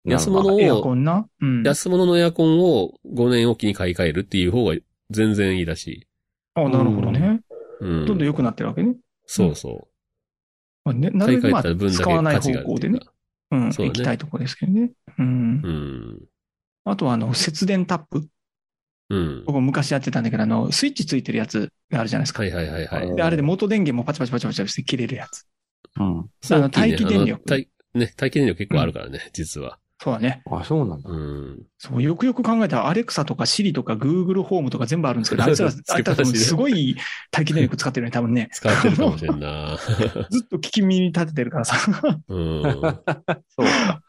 Speaker 2: 安
Speaker 4: なんか
Speaker 2: 物
Speaker 3: エアコ
Speaker 2: を、
Speaker 3: ンな。うん。
Speaker 2: 安物のエアコンを5年おきに買い替えるっていう方が全然いいらしい。
Speaker 3: あなるほどね。
Speaker 2: う
Speaker 3: どんどん
Speaker 2: ん。
Speaker 3: 良くなってるわけね。
Speaker 2: そうそ
Speaker 3: まあね、
Speaker 2: う。
Speaker 3: な
Speaker 2: 買い
Speaker 3: る
Speaker 2: 替
Speaker 3: べ
Speaker 2: え
Speaker 3: くまあ
Speaker 2: たら分だ
Speaker 3: 使
Speaker 2: け
Speaker 3: わない
Speaker 2: 価
Speaker 3: 方
Speaker 2: 値がある
Speaker 3: 向
Speaker 2: って
Speaker 3: で
Speaker 2: いう
Speaker 3: ね
Speaker 2: か。。
Speaker 3: うん。
Speaker 2: そうだね
Speaker 3: 行きたいとこですけどね。うん
Speaker 2: う。ん。
Speaker 3: あとは、あの、節電タップ。
Speaker 2: うん。
Speaker 3: 僕昔やってたんだけど、あの、スイッチついてるやつがあるじゃないですか。
Speaker 2: はいはいはいはい。
Speaker 3: で、あれで元電源もパチパチパチパチパチして切れるやつ。
Speaker 4: うん。
Speaker 2: そう大きいね
Speaker 3: 待機電力
Speaker 2: あの待ね、待機電力結構あるからね、実は。
Speaker 3: そうだね。
Speaker 4: あ、そうなんだ。
Speaker 2: うん。
Speaker 3: そう、よくよく考えたら、アレクサとかシリとかグーグルホームとか全部あるん ですけど、あいつら
Speaker 2: つけっ、ぱなし
Speaker 3: あいつら多分すごい待機電力使っ てるね、多分ね。
Speaker 2: 使ってるかもしれん な。
Speaker 3: ずっと聞き耳に立ててるか らさ。
Speaker 2: うん。
Speaker 4: そうか。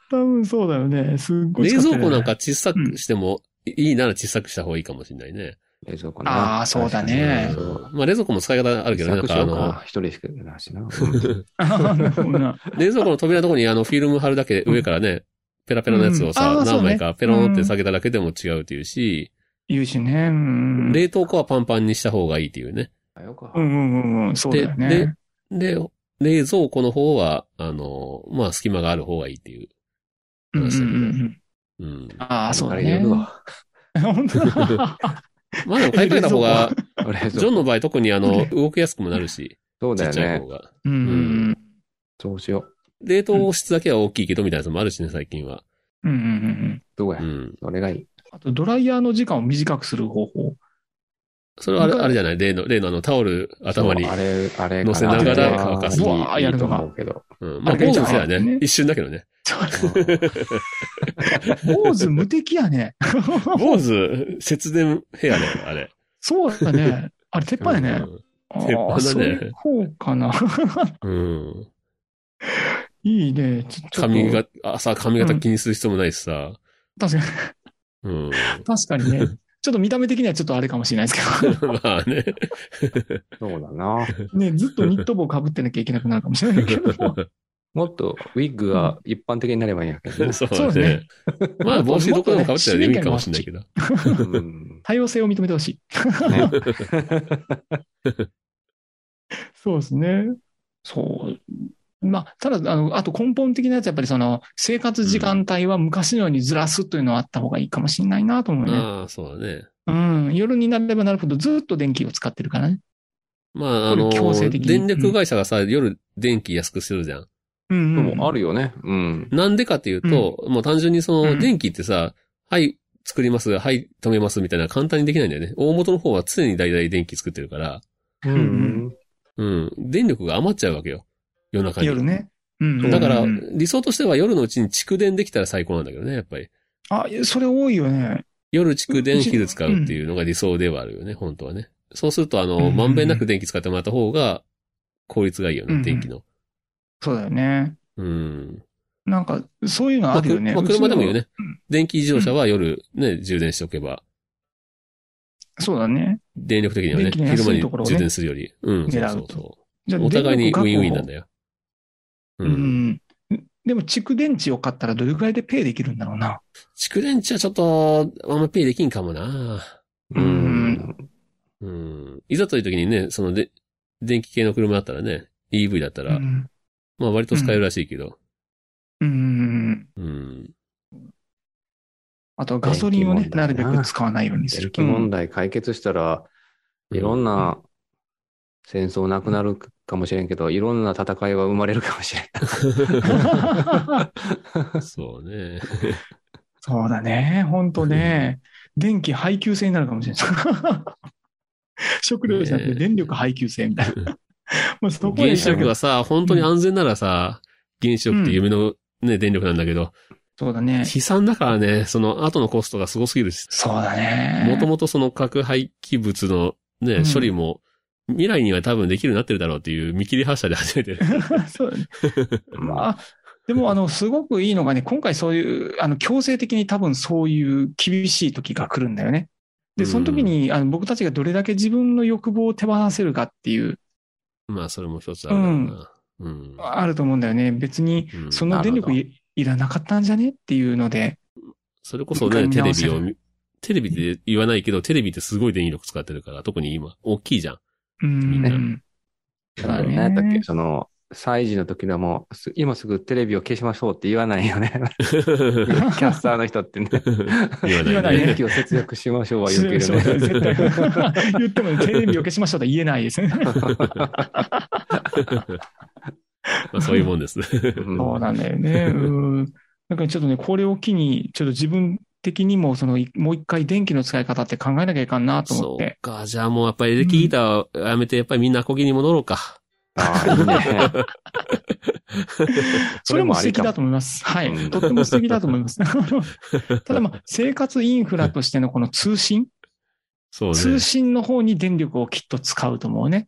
Speaker 3: 多分そうだよね。すっごい
Speaker 2: 冷
Speaker 3: 使って
Speaker 2: 蔵
Speaker 3: るよね、
Speaker 2: 庫なんか小さくしても、いいなら小さくした方がいいかもしれないね。
Speaker 4: 冷蔵庫
Speaker 3: あーそうだねええ
Speaker 2: うんまあ冷蔵庫も使い方あるけどね、なん
Speaker 4: 作
Speaker 2: か
Speaker 4: 詞
Speaker 2: あ
Speaker 4: よう
Speaker 2: の、
Speaker 4: か。一人しかいないしな。
Speaker 3: あなるほどな。
Speaker 2: 冷蔵庫の扉のところにあのフィルム貼るだけで上からね、ペラペラのやつをさ、
Speaker 3: うんあーそ
Speaker 2: 何
Speaker 3: うね
Speaker 2: 枚かペロンって下げただけでも違うっていうし、
Speaker 3: 言うしね。うん。
Speaker 2: 冷凍庫はパンパンにした方がいいっていうね。
Speaker 4: あよか
Speaker 3: うんうんうんうん。そうだよ
Speaker 2: でで
Speaker 3: ね。
Speaker 2: で、冷蔵庫の方は、あの、まあ隙間がある方がいいっていう。
Speaker 3: うんうんうんうん。
Speaker 2: うん。
Speaker 3: ああ、そうだ
Speaker 4: あれや
Speaker 3: ね
Speaker 4: る。わ
Speaker 3: 本当 だ。
Speaker 2: まあでも買い替えた方が、
Speaker 4: 俺そう
Speaker 2: ジョンの場合特にあの、動きやすくもなるし、
Speaker 4: そう
Speaker 2: ち
Speaker 4: だ
Speaker 2: っ
Speaker 4: よ
Speaker 2: ちゃい方
Speaker 4: ね。
Speaker 2: が。
Speaker 3: うんうん
Speaker 4: そうしよう。
Speaker 2: 冷凍室だけは大きいけどみたいなのもあるしね、最近は。
Speaker 3: うんうんうん。
Speaker 4: どうや
Speaker 2: う。ん。
Speaker 4: それがいい。
Speaker 3: あと、ドライヤーの時間を短くする方法。
Speaker 2: それはあれあれじゃない例の、例のあのタオル頭に
Speaker 4: そうあ。れ、あれか、
Speaker 2: 乗せな
Speaker 3: がら
Speaker 2: 乾かす
Speaker 4: う
Speaker 3: う
Speaker 4: わ
Speaker 3: わ
Speaker 4: ー
Speaker 3: ー
Speaker 4: や
Speaker 3: や
Speaker 4: る
Speaker 3: る
Speaker 4: と
Speaker 3: のが
Speaker 4: 思うけど。
Speaker 2: うん。まあ、
Speaker 3: あれ
Speaker 2: 坊
Speaker 3: がいい
Speaker 2: 主
Speaker 3: じ
Speaker 2: のせい
Speaker 3: ゃん
Speaker 2: だね
Speaker 3: ね。
Speaker 2: 一瞬だけどね。
Speaker 3: 坊主無敵やね。
Speaker 2: 坊主、節電部屋ね、あれ。
Speaker 3: そうだね。あれ、鉄板やね。あ
Speaker 2: 鉄板だね
Speaker 3: あ、そういう方かな。
Speaker 2: うん。
Speaker 3: いいね。ちょちょっと
Speaker 2: 髪が、朝髪型気にする必要もないしさ。
Speaker 3: 確かに、
Speaker 2: うん。
Speaker 3: 確かにね。ちょっと見た目的にはちょっとあれかもしれないで すけ
Speaker 2: まあね。
Speaker 4: そうだな。
Speaker 3: ど。ね、ずっとニット帽かぶってなきゃいけなくなるかもしれない けど。
Speaker 4: もっとウィッグが一般的になればいいんやけどね。
Speaker 2: そう
Speaker 3: そう
Speaker 2: だ
Speaker 3: だ
Speaker 2: ね
Speaker 3: ね。
Speaker 2: まあ、帽子どこでも被ってたら意味かもしれないけど。
Speaker 4: うん
Speaker 3: 多様性を認めてほしい。
Speaker 4: ね
Speaker 3: そうですね。そう。まあ、ただ、あの、あと根本的なやつ、やっぱりその、生活時間帯は昔のようにずらすというのはあった方がいいかもしれないなと思うね。
Speaker 2: ああ、そうだね。
Speaker 3: うん。夜になればなるほどずっと電気を使ってるからね。
Speaker 2: まあ、あの
Speaker 3: これ強制、的に
Speaker 2: 電力会社がさ、夜電気安くしてるじゃん。
Speaker 3: うん
Speaker 4: で
Speaker 3: うん、
Speaker 4: もあるよね。うん。
Speaker 2: なんでかっていうと、もう単純にそうの
Speaker 3: ん
Speaker 2: 電気ってさ、はい、作ります、はい、止めますみたいな簡単にできないんだよね。大元の方は常に代々電気作ってるから、
Speaker 4: うんん。
Speaker 2: うん、電力が余っちゃうわけよ。夜中に。
Speaker 3: 夜ね。うん、
Speaker 2: だから
Speaker 3: うんうん、
Speaker 2: 理想としては夜のうちに蓄電できたら最高なんだけどね、やっぱり。
Speaker 3: あ、それ多いよね。
Speaker 2: 夜蓄電、昼使うっていうのが理想ではあるよね、本当はね。そうすると、あの、
Speaker 3: うん
Speaker 2: まんべんなく電気使ってもらった方が効率がいいよ
Speaker 3: う
Speaker 2: ね、
Speaker 3: ん
Speaker 2: 電気の。
Speaker 3: そうだよね。
Speaker 2: うん。
Speaker 3: なんか、そういうの
Speaker 2: ま
Speaker 3: あ
Speaker 2: あ、
Speaker 3: るよね。
Speaker 2: まあ車でもいいよ
Speaker 3: う
Speaker 2: ね
Speaker 3: ちのうん。
Speaker 2: 電気自動車は夜ね、充電しておけば。
Speaker 3: そうだね。
Speaker 2: 電力的にはね、
Speaker 3: 電気の
Speaker 2: 昼間
Speaker 3: 安い
Speaker 2: に
Speaker 3: ところをね
Speaker 2: 充電するより。うん、そう
Speaker 3: 狙
Speaker 2: そうう
Speaker 3: と
Speaker 2: そ
Speaker 3: じゃ
Speaker 2: う。お互いにウィンウィンなん
Speaker 3: よ。
Speaker 2: だよ。う。
Speaker 3: うんん。でも、蓄電池を買ったらどれくらいでペイできるんだろうな。
Speaker 2: 蓄電池はちょっと、あんまペイできんかもな。
Speaker 4: う
Speaker 3: うんん。
Speaker 2: うん。いざという時にね、そので、電気系の車だったらね、EV だった
Speaker 3: う
Speaker 2: ら、
Speaker 3: ん。
Speaker 2: まあ割と使えるらしいけど。
Speaker 3: うん。
Speaker 2: うん。
Speaker 3: あとはガソリンをね
Speaker 4: 電、気
Speaker 3: な
Speaker 4: 問題
Speaker 3: る
Speaker 4: な
Speaker 3: べく使わないようにす
Speaker 4: 電
Speaker 3: る。
Speaker 4: 気問題解決したら、いろんな戦争なくなるかもしれんけど、いろんな戦いは生まれるかもしれん。
Speaker 2: そうね。
Speaker 3: そうだね。本当ね。電気配給制になるかもしれない。 食料じゃなくて電力配給制みたい な。もうそこ
Speaker 2: 原
Speaker 3: で
Speaker 2: 子力がさ、本当に安全ならさ、原子力って夢のね、電力なんだけど、
Speaker 3: そうだね。
Speaker 2: 悲惨だからね、その後のコストがすごすぎるし
Speaker 3: そうだね。
Speaker 2: もともとその核廃棄物のね
Speaker 3: うん、
Speaker 2: 処理も、未来には多分できるようになってるだろうっていう見切り発車で始めてる。
Speaker 3: そうだね。
Speaker 4: あ、
Speaker 3: まあ、でも、あの、すごくいいのがね、今回そういう、あの、強制的に多分そういう厳しい時が来るんだよね。で、その時に、あの、僕たちがどれだけ自分の欲望を手放せるかっていう、
Speaker 2: まあ、それも一つあるだろうな。うん。
Speaker 3: あると思うんだよね。別に、
Speaker 2: うん
Speaker 3: その電力いいらなかったんじゃねっていうので、
Speaker 2: それこそ
Speaker 3: 一回
Speaker 2: ね、
Speaker 3: 見
Speaker 2: テレ
Speaker 3: 直せ
Speaker 2: ビ
Speaker 3: る
Speaker 2: を見テレビで言わないけど、テレビってすごい電力使ってるから、特に今、大きいじゃん。
Speaker 3: うん。
Speaker 2: ね
Speaker 3: そうだね
Speaker 4: 何やったっけその、祭事の時でも、す今すぐテレビを消しましょうって言わない よね。 キャスターの人ってね。
Speaker 2: 言
Speaker 3: 言
Speaker 2: わ
Speaker 3: わ
Speaker 2: な
Speaker 3: ないい
Speaker 2: ね。
Speaker 4: 電気を節約しましょうは言うけど
Speaker 3: そうそう
Speaker 4: ね。
Speaker 3: 絶対 言ってもね、テレビを消しましょうとは言えないですね。
Speaker 2: まあそういうもん です。
Speaker 4: うん
Speaker 3: そうなんだよね。うん。だからちょっとね、これを機に、ちょっと自分的にも、その、いもう一回電気の使い方って考えなきゃいかんなと思っ
Speaker 2: そ
Speaker 3: て
Speaker 2: う。か。じゃあもうやっぱりエレキギターをやめて、やっぱりみんなアコギに戻ろうか。
Speaker 4: ああ、いいね。
Speaker 3: それも素敵だと思います。は
Speaker 4: う
Speaker 3: い。
Speaker 4: ん
Speaker 3: とっても素敵だと思います。あのただまあ、生活インフラとしてのこの通信、
Speaker 2: そうね
Speaker 3: 通。信の方に電力をきっと使うと思うね。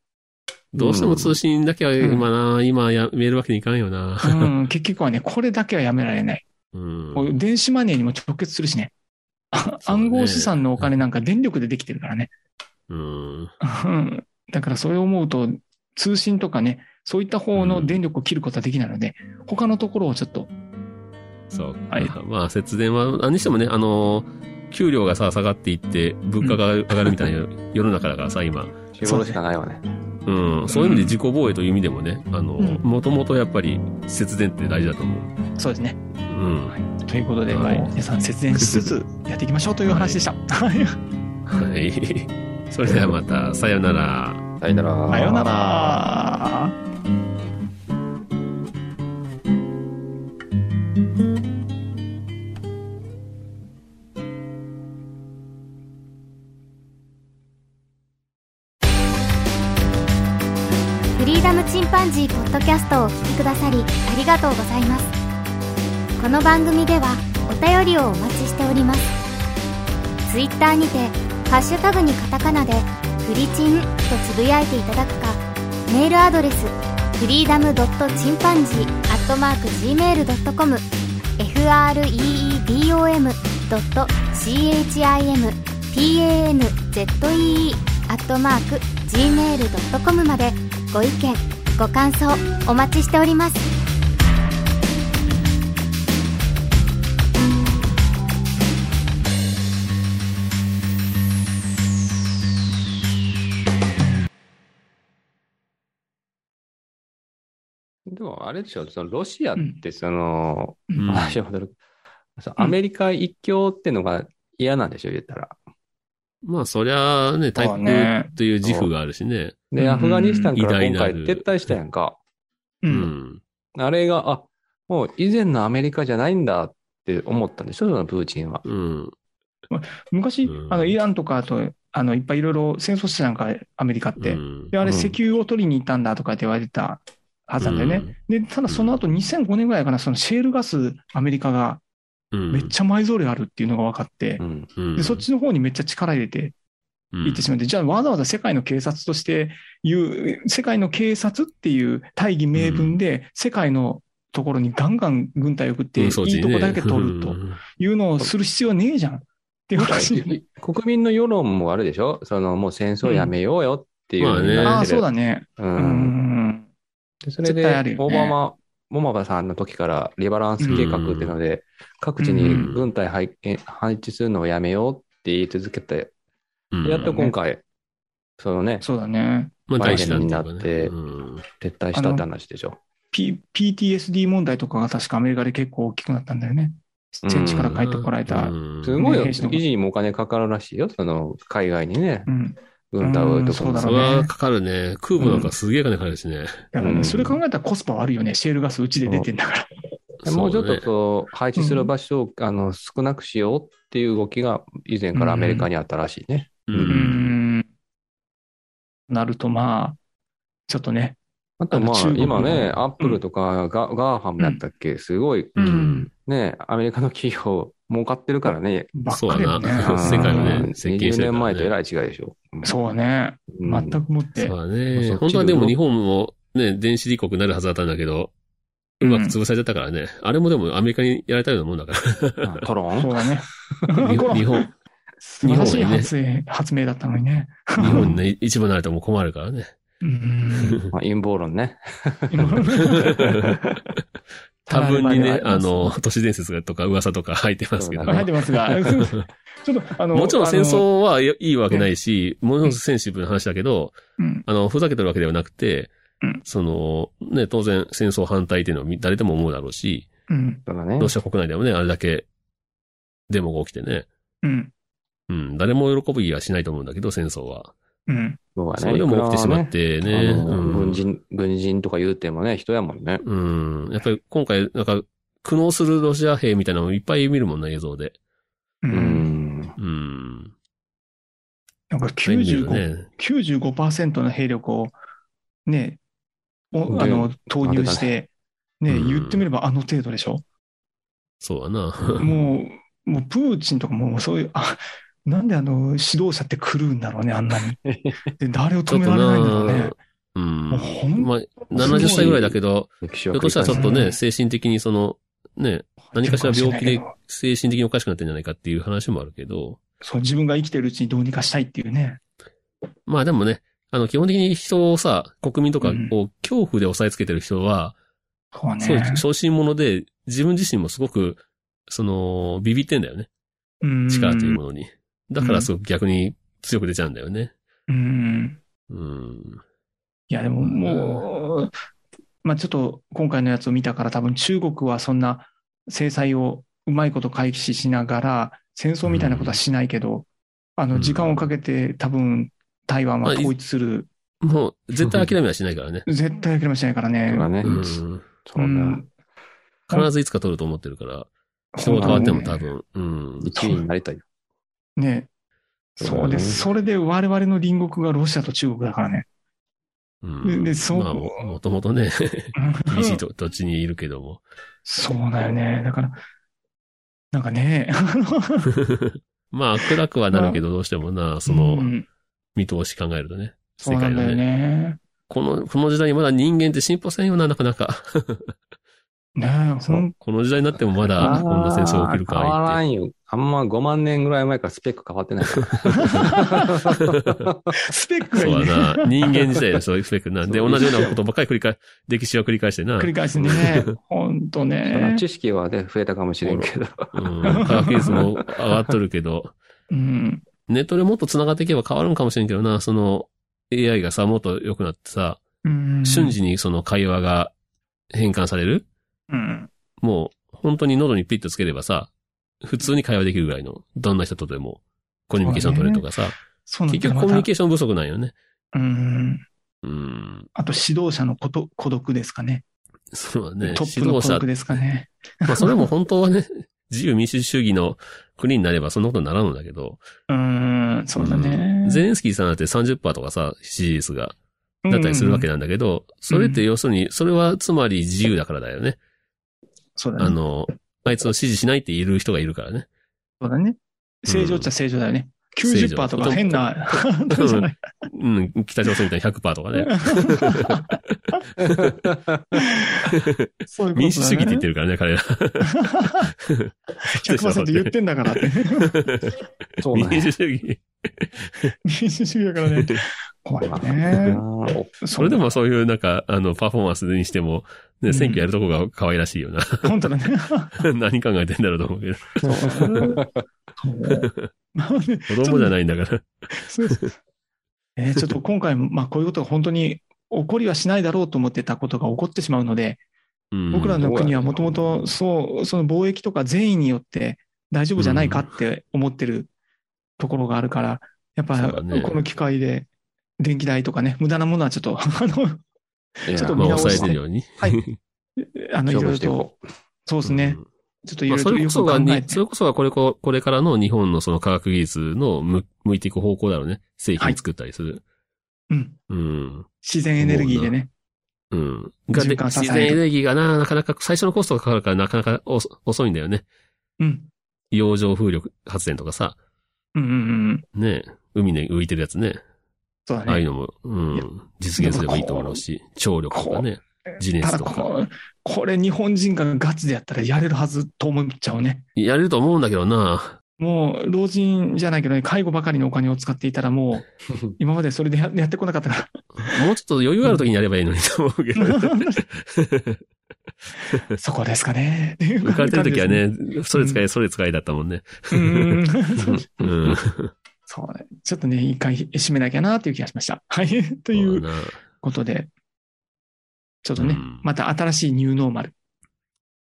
Speaker 2: どうしても通信だけは
Speaker 3: うん
Speaker 2: 今な、今やめるわけにいかんよな
Speaker 3: う。ん、結局はね、これだけはやめられない。
Speaker 2: うん
Speaker 3: こういう電子マネーにも直結するしね。あ
Speaker 2: そうね
Speaker 3: 暗号資産のお金なんか電力でできてるからね。
Speaker 2: うん。
Speaker 3: うんだからそれを思うと、通信とかね、そういった方の電力を切ることはできないので、他のところをちょっと、
Speaker 2: そうか。
Speaker 3: はい
Speaker 2: まあ節電は、何にしてもね、あの、給料がさ、下がっていって、物価が上がるみたいな 世の中だからさ、今。
Speaker 4: 仕事しかないわね。
Speaker 2: うん。そういう意味で自己防衛という意味でもね、あの、
Speaker 3: うん
Speaker 2: もともとやっぱり節電って大事だと思う。
Speaker 3: そうですね。
Speaker 2: うん。
Speaker 3: はいということで、
Speaker 2: はい
Speaker 3: もう皆さん節電しつつやっていきましょうというお 話でした。はい
Speaker 2: はい。 それではまた、さよなら。
Speaker 4: さよなら。
Speaker 3: さようなら。
Speaker 1: フリーダムチンパンジーポッドキャストをお聞きくださりありがとうございますこの番組ではお便りをお待ちしておりますツイッターにてハッシュタグにカタカナでフリチンとつぶやいていただくかメールアドレスフリーダムドットチンパンジーアットマーク gmail.com freedom ドット chimpanzee アットマーク gmail.com までご意見ご感想お待ちしております
Speaker 4: でも、あれでしょ、そのロシアって、その、
Speaker 2: うん
Speaker 4: 話を戻る。そうアメリカ一強ってのが嫌なんでしょ、言ったら。
Speaker 2: まあ、そりゃあね、対
Speaker 3: そうね
Speaker 2: 空という自負があるしね。
Speaker 3: うん
Speaker 4: で、アフガニスタンから
Speaker 2: 偉大
Speaker 4: 今
Speaker 2: な
Speaker 4: 回
Speaker 2: る
Speaker 4: 撤退したやんか。
Speaker 3: う。
Speaker 2: うんん。
Speaker 4: あれが、あ、もう以前のアメリカじゃないんだって思ったんでしょ、そのプーチンは。
Speaker 2: うん。
Speaker 3: 昔
Speaker 2: う、ん
Speaker 3: あの、イランとかと、あの、いっぱいいろいろ戦争してたなんか、アメリカっ
Speaker 2: う
Speaker 3: て。
Speaker 2: ん
Speaker 3: で、あれ、
Speaker 4: うん
Speaker 3: 石油を取りに行ったんだとかって言われてたはずなんだよね。。で、ただその後2005年ぐらいかな、そのシェールガス、アメリカが
Speaker 2: うん。
Speaker 3: めっちゃ埋蔵量あるっていうのが分かって
Speaker 4: う、ん。
Speaker 2: ゃ
Speaker 3: で、そっちの方にめっちゃ力入れて
Speaker 2: 行
Speaker 3: 行ってしまって、じゃあわざわざ世界の警察としていう、世界の警察っていう大義名分で、世界のところにガンガン軍隊送って、いいとこだけ取るというのをする必要はねえじゃんっていう話に。
Speaker 4: 国民の世論もあるでしょその、もう戦争やめようよっていうのに
Speaker 2: うん
Speaker 3: あ
Speaker 4: な
Speaker 3: あ、
Speaker 4: って
Speaker 3: そう
Speaker 4: る。
Speaker 3: だね。
Speaker 4: う。
Speaker 3: うんん。
Speaker 4: でそれ
Speaker 3: 絶対あ
Speaker 4: で
Speaker 3: る、よ
Speaker 4: オ
Speaker 3: ね
Speaker 4: バマ、モマバさんの時からリバランス計画っていうので、各地に軍隊配配置するのをやめようって言い続けて、やっと今回、そのね、
Speaker 3: そうだね。
Speaker 2: まあ、
Speaker 4: バイ
Speaker 2: 大
Speaker 4: デ
Speaker 2: 事
Speaker 4: ン
Speaker 2: なん
Speaker 4: に
Speaker 2: だ
Speaker 4: な
Speaker 2: けど
Speaker 4: っ
Speaker 2: ね
Speaker 4: て
Speaker 2: うん
Speaker 4: 撤退したって話でしょ。
Speaker 3: P、PTSD 問題とかが確かアメリカで結構大きくなったんだよね。戦地から帰ってこられた
Speaker 2: う。ん
Speaker 4: すごいよ。
Speaker 3: 兵士の
Speaker 4: 維持にもお金かかるらしいよ。その、海外にね
Speaker 3: う、ん。
Speaker 4: 軍隊を置いとく
Speaker 3: うん
Speaker 4: の
Speaker 3: そ
Speaker 2: そうれ
Speaker 3: だろうね
Speaker 2: はかかるね。空母なんかすげえ金かかるしね。
Speaker 3: だから
Speaker 4: う
Speaker 3: ね、
Speaker 4: ん
Speaker 3: それ考えたらコスパ悪いよね。シェールガスうちで出てんだから。
Speaker 4: でもうちょっ
Speaker 2: そ
Speaker 4: と
Speaker 2: ね
Speaker 4: そう、配置する場所を、あの、少なくしようっていう動きが以前からアメリカにあったらしいね。
Speaker 2: う。
Speaker 3: うんん。なるとまあ、ちょっとね。
Speaker 4: あとま
Speaker 3: あの中、
Speaker 4: あ
Speaker 3: 国の
Speaker 4: 今ね、アップルとかガ、ガーファムだったっけすごい、
Speaker 2: うん
Speaker 4: ね、アメリカの企業儲かってるからね。
Speaker 3: ばっ
Speaker 2: そう
Speaker 3: かり
Speaker 2: や
Speaker 3: よね。
Speaker 2: な。
Speaker 4: うん
Speaker 2: 世界をね、席巻
Speaker 4: 20
Speaker 2: してる
Speaker 4: 年
Speaker 2: から
Speaker 4: 前とえ
Speaker 2: ね。
Speaker 4: らい違いでしょ。
Speaker 3: そうね。
Speaker 4: うん。
Speaker 3: 全くもって。
Speaker 2: そうだ
Speaker 4: そ
Speaker 2: ね。
Speaker 4: っち
Speaker 2: 本当はでも日本もね、電子立国になるはずだったんだけど、うまく潰されちゃったからね。あれもでもアメリカにやられたようなもんだ か
Speaker 4: あトロ
Speaker 3: そう
Speaker 4: ン
Speaker 3: だね。
Speaker 2: ら。日本、日本、
Speaker 3: 素晴らし
Speaker 2: 日
Speaker 3: い
Speaker 2: 本ね
Speaker 3: 発明発明だったのにね。
Speaker 2: 日 本ね、一部になるともう困るからね。
Speaker 3: うん。
Speaker 4: まあ陰謀論ね。
Speaker 3: 今
Speaker 2: 多分に ね、あ
Speaker 3: あ
Speaker 2: の
Speaker 3: の、
Speaker 2: 都市伝説とか噂とか入ってますけど。
Speaker 4: そう
Speaker 3: 入
Speaker 4: だ
Speaker 3: ってま すが、ちょっと、あの、
Speaker 2: もちろん戦争はいいわけないし、もちろ
Speaker 3: うんん
Speaker 2: センシティブな話だけど、
Speaker 3: あの、うん
Speaker 2: あの、ふざけてるわけではなくて
Speaker 3: うん、
Speaker 2: その、ね、当然戦争反対っていうのはみ誰でも思うだろうし、
Speaker 3: うん、
Speaker 4: そうだね
Speaker 2: ロ。シア国内でもね、あれだけデモが起きてね、
Speaker 3: うん、
Speaker 2: うん、誰も喜びはしないと思うんだけど、戦争は。
Speaker 3: うん、
Speaker 4: そう
Speaker 2: そういうのも起きてしまっ
Speaker 4: ね。
Speaker 2: て
Speaker 4: あ
Speaker 2: ね、う
Speaker 4: の軍
Speaker 2: ん
Speaker 4: 人、軍人とか言うてもね、人やもんね。
Speaker 2: うん、やっぱり今回、なんか、苦悩するロシア兵みたいなのもいっぱい見るもんな、映像で。
Speaker 3: う。
Speaker 4: うんん。
Speaker 2: うん。
Speaker 3: なんか
Speaker 2: そういう意味で言う
Speaker 3: 95、
Speaker 2: とね。
Speaker 3: 95%の兵力を、ね、おあの投入して、ね、
Speaker 2: うん
Speaker 3: 言ってみればあの程度でしょ。
Speaker 2: そうやな。
Speaker 3: もう、もうプーチンとかもうそういう、あなんであの指導者って狂うんだろうね、あん なに。で、誰を
Speaker 2: ちょ
Speaker 3: 止
Speaker 2: っ
Speaker 3: め
Speaker 2: と
Speaker 3: られないんだろう
Speaker 2: な
Speaker 3: ね。、
Speaker 2: うん
Speaker 3: もう。ほん
Speaker 2: まあ、70歳ぐらいだけど、
Speaker 4: 歴史
Speaker 2: ひ
Speaker 4: は
Speaker 2: ょっとしたらちょっとね、精神的にその、ね、何かしら病気で精神的におかしくなってんじゃないかっていう話もあるけど、
Speaker 3: そう、自分が生きてるうちにどうにかしたいっていうね。
Speaker 2: まあでもね、あの、基本的に人をさ、国民とか
Speaker 3: うん
Speaker 2: こう、恐怖で抑えつけてる人は、
Speaker 3: そう
Speaker 2: そうい
Speaker 3: ね
Speaker 2: う。小心者で、自分自身もすごく、その、ビビってんだよね。
Speaker 3: うん
Speaker 2: 力というものに。だからすごく逆に強く出ちゃうんだよね。
Speaker 3: うん。
Speaker 2: うん。
Speaker 3: いや、でももう、まあちょっと今回のやつを見たから多分中国はそんな制裁をうまいこと回避しながら戦争みたいなことはしないけど、あ
Speaker 2: う
Speaker 3: の
Speaker 2: ん
Speaker 3: 時間をかけて多分台湾は統一する、
Speaker 2: もう、絶対諦めはしないからね。
Speaker 3: 絶対諦めしないからね
Speaker 4: そう。だね
Speaker 2: う。ん。
Speaker 4: そううんん。
Speaker 2: 必ずいつか取ると思ってるから、人
Speaker 3: そ
Speaker 2: が
Speaker 3: う
Speaker 2: 変
Speaker 3: だね
Speaker 2: わっても多分、うん。
Speaker 4: 一位になりたいよ。
Speaker 3: ね。
Speaker 4: そうだ
Speaker 3: そう
Speaker 4: ね
Speaker 3: です。それで我々の隣国がロシアと中国だからね。
Speaker 2: うん
Speaker 3: でそう
Speaker 2: まあ、ももともと ね、厳しいと土地にいるけども。
Speaker 3: そうだよね。だから、なんかね、あの
Speaker 2: まあ、暗くはなるけど、どうしてもな、そうの、
Speaker 3: ん
Speaker 2: 見通し考えるとね、
Speaker 3: そう
Speaker 2: 世
Speaker 3: な
Speaker 2: 界
Speaker 3: ん
Speaker 2: の
Speaker 3: だよ
Speaker 2: ね。
Speaker 3: ね。
Speaker 2: この、この時代にまだ人間って進歩せんよな、なかなか。
Speaker 3: ねえ、ほん、
Speaker 2: この時代になってもまだ、こんな戦争起きる
Speaker 4: あー変わら
Speaker 2: かいっ
Speaker 4: んよ。あんま5万年ぐらい前からスペック変わってないから。
Speaker 3: スペ
Speaker 2: て。
Speaker 3: ックがいい
Speaker 2: そう
Speaker 3: ね。
Speaker 2: だな。人間自体 はそういうスペックなんで、
Speaker 4: そ
Speaker 2: 同
Speaker 4: う
Speaker 2: じようなことばっかり繰り返、歴史は繰り返してな。
Speaker 3: 繰
Speaker 2: う
Speaker 3: り返 すね。ほんと
Speaker 4: そりゃ
Speaker 3: ね。
Speaker 4: 知識はね、増えたかもしれんけど。
Speaker 2: ん。科学技術も上がっとるけど、
Speaker 3: うん。
Speaker 2: ネットでもっと繋がっていけば変わるんかもしれんけどな、その、AI がさ、もっと良くなってさ、
Speaker 3: うん
Speaker 2: 瞬。時にその会話が変換される
Speaker 3: うん。
Speaker 2: もう、本当に喉にピッとつければさ、普通に会話できるぐらいの、どんな人とでも、コミュニケーション取れるとかさ、
Speaker 3: そうなん
Speaker 2: 結
Speaker 3: だよ
Speaker 2: 局コミュニ
Speaker 3: ま
Speaker 2: ケーション不足なんよね。
Speaker 3: たうん。
Speaker 2: うん。
Speaker 3: あと指導者のこと、孤独ですかね。
Speaker 2: そうだね。
Speaker 3: トップ
Speaker 2: 指
Speaker 3: の
Speaker 2: 導者
Speaker 3: 孤独、ですかね。
Speaker 2: まあそれも本当はね、自由民主主義の国になればそんなことにならんのだけど、
Speaker 3: うん、そうだね。
Speaker 2: ゼレンスキーさんだって30%とかさ、支持率が、だったりするわけ
Speaker 3: だ。
Speaker 2: なんだけど、それって要するに、それはつまり自由だからだよね。
Speaker 3: そうだ
Speaker 2: あ
Speaker 3: ね。
Speaker 2: の、あいつを支持しないって言える人がいるからね。
Speaker 3: そうだね。正常っちゃ正常だよね。
Speaker 2: 正
Speaker 3: 90%
Speaker 2: 常
Speaker 3: とか変な、 どうじゃない
Speaker 2: うん、北朝鮮みたいに100%とかね。
Speaker 3: そういうことだね
Speaker 2: 民主主義って 言ってるからね、彼ら。
Speaker 3: 100%言ってんだからっ て。
Speaker 4: そうなん
Speaker 2: 民主
Speaker 4: や
Speaker 2: 主義。
Speaker 3: 民主主義だからね。怖いね。
Speaker 2: それでもそういうなんか、あの、パフォーマンスにしても、
Speaker 3: う
Speaker 2: ね、
Speaker 3: ん
Speaker 2: 選挙やるとこが可愛らしいよな。
Speaker 3: 本当だね。
Speaker 2: 何考えてんだろうと思うけど。
Speaker 3: そうね
Speaker 2: 子供じゃないんだから。
Speaker 3: そう えーちょっと今回、まあ、こういうことが本当に起こりはしないだろうと思ってたことが起こってしまうので、
Speaker 2: うん
Speaker 3: 僕らの国はもともとそう、その貿易とか善意によって大丈夫じゃないかって思ってるところがあるから、やっ
Speaker 2: そう
Speaker 3: ぱ
Speaker 2: だね
Speaker 3: この機会で電気代とかね、無駄なものはちょっと、あ の、
Speaker 4: ちょ
Speaker 3: ちょっと
Speaker 2: まあ、
Speaker 3: 見直
Speaker 2: 抑
Speaker 3: して
Speaker 2: えてるように。
Speaker 3: はい。あの、い
Speaker 4: 勝
Speaker 3: ろ
Speaker 4: 負
Speaker 3: いろ
Speaker 4: してい
Speaker 3: と
Speaker 4: こ、
Speaker 3: そうですね。ちょっとい
Speaker 2: まあ、
Speaker 3: ろい
Speaker 2: そ
Speaker 3: ろと
Speaker 2: れ
Speaker 3: よ
Speaker 2: こそ
Speaker 3: く
Speaker 2: が
Speaker 3: 考え
Speaker 2: に、
Speaker 3: て
Speaker 2: そ。れこそがこれこ、これからの日本のその科学技術の向向いていく方向だろうね。製品作ったりする。
Speaker 3: うん。
Speaker 2: うん。
Speaker 3: 自然エネルギーでね。
Speaker 2: うん。がで
Speaker 3: 循環さ
Speaker 2: 自
Speaker 3: せる
Speaker 2: 然エネルギーがな、なかなか最初のコストがかかるからなかなか遅遅いんだよね。
Speaker 3: うん。
Speaker 2: 洋上風力発電とかさ、
Speaker 3: うんうんうん。
Speaker 2: ね、海に浮いてるやつね。
Speaker 3: そうだ
Speaker 2: ああい
Speaker 3: ね
Speaker 2: う。のも、う
Speaker 3: いや
Speaker 2: ん、実現すればいいと思うし、聴力とかね、地
Speaker 3: た
Speaker 2: 熱
Speaker 3: だ
Speaker 2: と
Speaker 3: こ
Speaker 2: か。
Speaker 3: う、これ日本人がガチでやったらやれるはずと思っちゃうね。
Speaker 2: やれると思うんだけどな。
Speaker 3: もう老人じゃないけどね、介護ばかりのお金を使っていたらも う、今までそれでややってこなかったか
Speaker 2: もうちょっと余裕ある時にやればいいのにと思うけど。
Speaker 3: ら。 そこですかね。浮
Speaker 2: 浮かれてる時は。ね、それ使い、それ使いだったもんね。
Speaker 3: うん。 そう
Speaker 2: うん。
Speaker 3: そうね。ちょっとね、一回締めなきゃなという気がしました。はい。とい
Speaker 2: そう
Speaker 3: う
Speaker 2: だな
Speaker 3: ことで、ちょっとね、
Speaker 2: うん
Speaker 3: また新しいニューノーマル。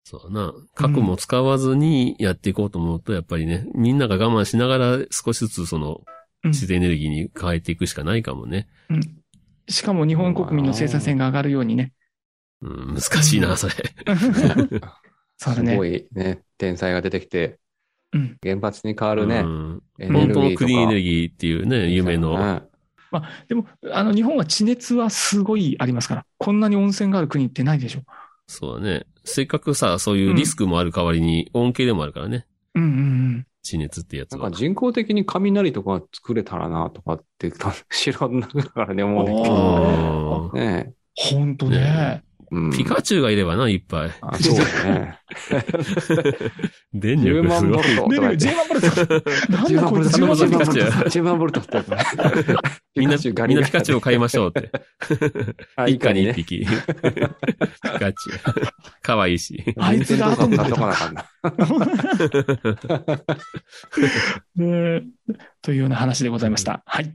Speaker 2: そうだな。核も使わずにやっていこうと思うと、やっぱりね、みんなが我慢しながら少しずつその、
Speaker 3: うん
Speaker 2: 自然エネルギーに変えていくしかないかもね。
Speaker 3: うん。しかも日本国民の生産性が上がるよう にね。
Speaker 2: うん、難しいうな、
Speaker 3: ん
Speaker 2: それ。
Speaker 3: そうだ
Speaker 4: す
Speaker 3: ね
Speaker 4: ご。いね、天才が出てきて、
Speaker 3: うん。
Speaker 4: 原発に変わ
Speaker 2: あ
Speaker 4: るね、エネ
Speaker 2: 本当の
Speaker 4: ルギーと
Speaker 2: ク
Speaker 4: か。
Speaker 2: リーンエネルギーっていうね、夢の。
Speaker 4: うん
Speaker 3: でも、あの、日本は地熱はすごいありますから。こんなに温泉がある国ってないでしょ。
Speaker 2: そうだね。せっかくさ、そういうリスクもある代わりに、恩恵でもあるからね。
Speaker 3: うんうんうん。
Speaker 2: 地熱ってやつ
Speaker 4: なん
Speaker 2: は
Speaker 4: か。人工的に雷とか作れたらなとかって、知らんながらね、思うねんけど。
Speaker 2: うん
Speaker 4: ね
Speaker 3: ほんとね
Speaker 2: ね。
Speaker 4: うん
Speaker 2: ピカチュウがいればな、いっぱい。
Speaker 4: あそうね。
Speaker 2: 電
Speaker 4: 10
Speaker 2: 力す
Speaker 4: 万ボ
Speaker 2: ごい。
Speaker 3: ねね、
Speaker 4: ルトとか言って。
Speaker 3: 10万ボルト。なんだ
Speaker 4: 10
Speaker 3: こ
Speaker 4: 万ボ
Speaker 3: い
Speaker 4: ル
Speaker 3: つ
Speaker 4: ト、
Speaker 3: 10
Speaker 2: ピ
Speaker 3: 万ボルト。
Speaker 2: カチュウ
Speaker 4: 10万ボルトってやつね。
Speaker 2: みんな、
Speaker 4: ピカチュウガ
Speaker 2: み
Speaker 4: リ
Speaker 2: ん
Speaker 4: ガ
Speaker 2: な
Speaker 4: リ
Speaker 2: ピカチュウを買いましょうって。
Speaker 4: あ
Speaker 2: 一家に
Speaker 4: ね
Speaker 2: 一匹。 ピカチュウ。かわいいし。
Speaker 3: あいつが後にな
Speaker 4: なっ
Speaker 3: ったた
Speaker 4: かな
Speaker 3: か。
Speaker 4: かんな。
Speaker 3: ねというような話でございました。はい。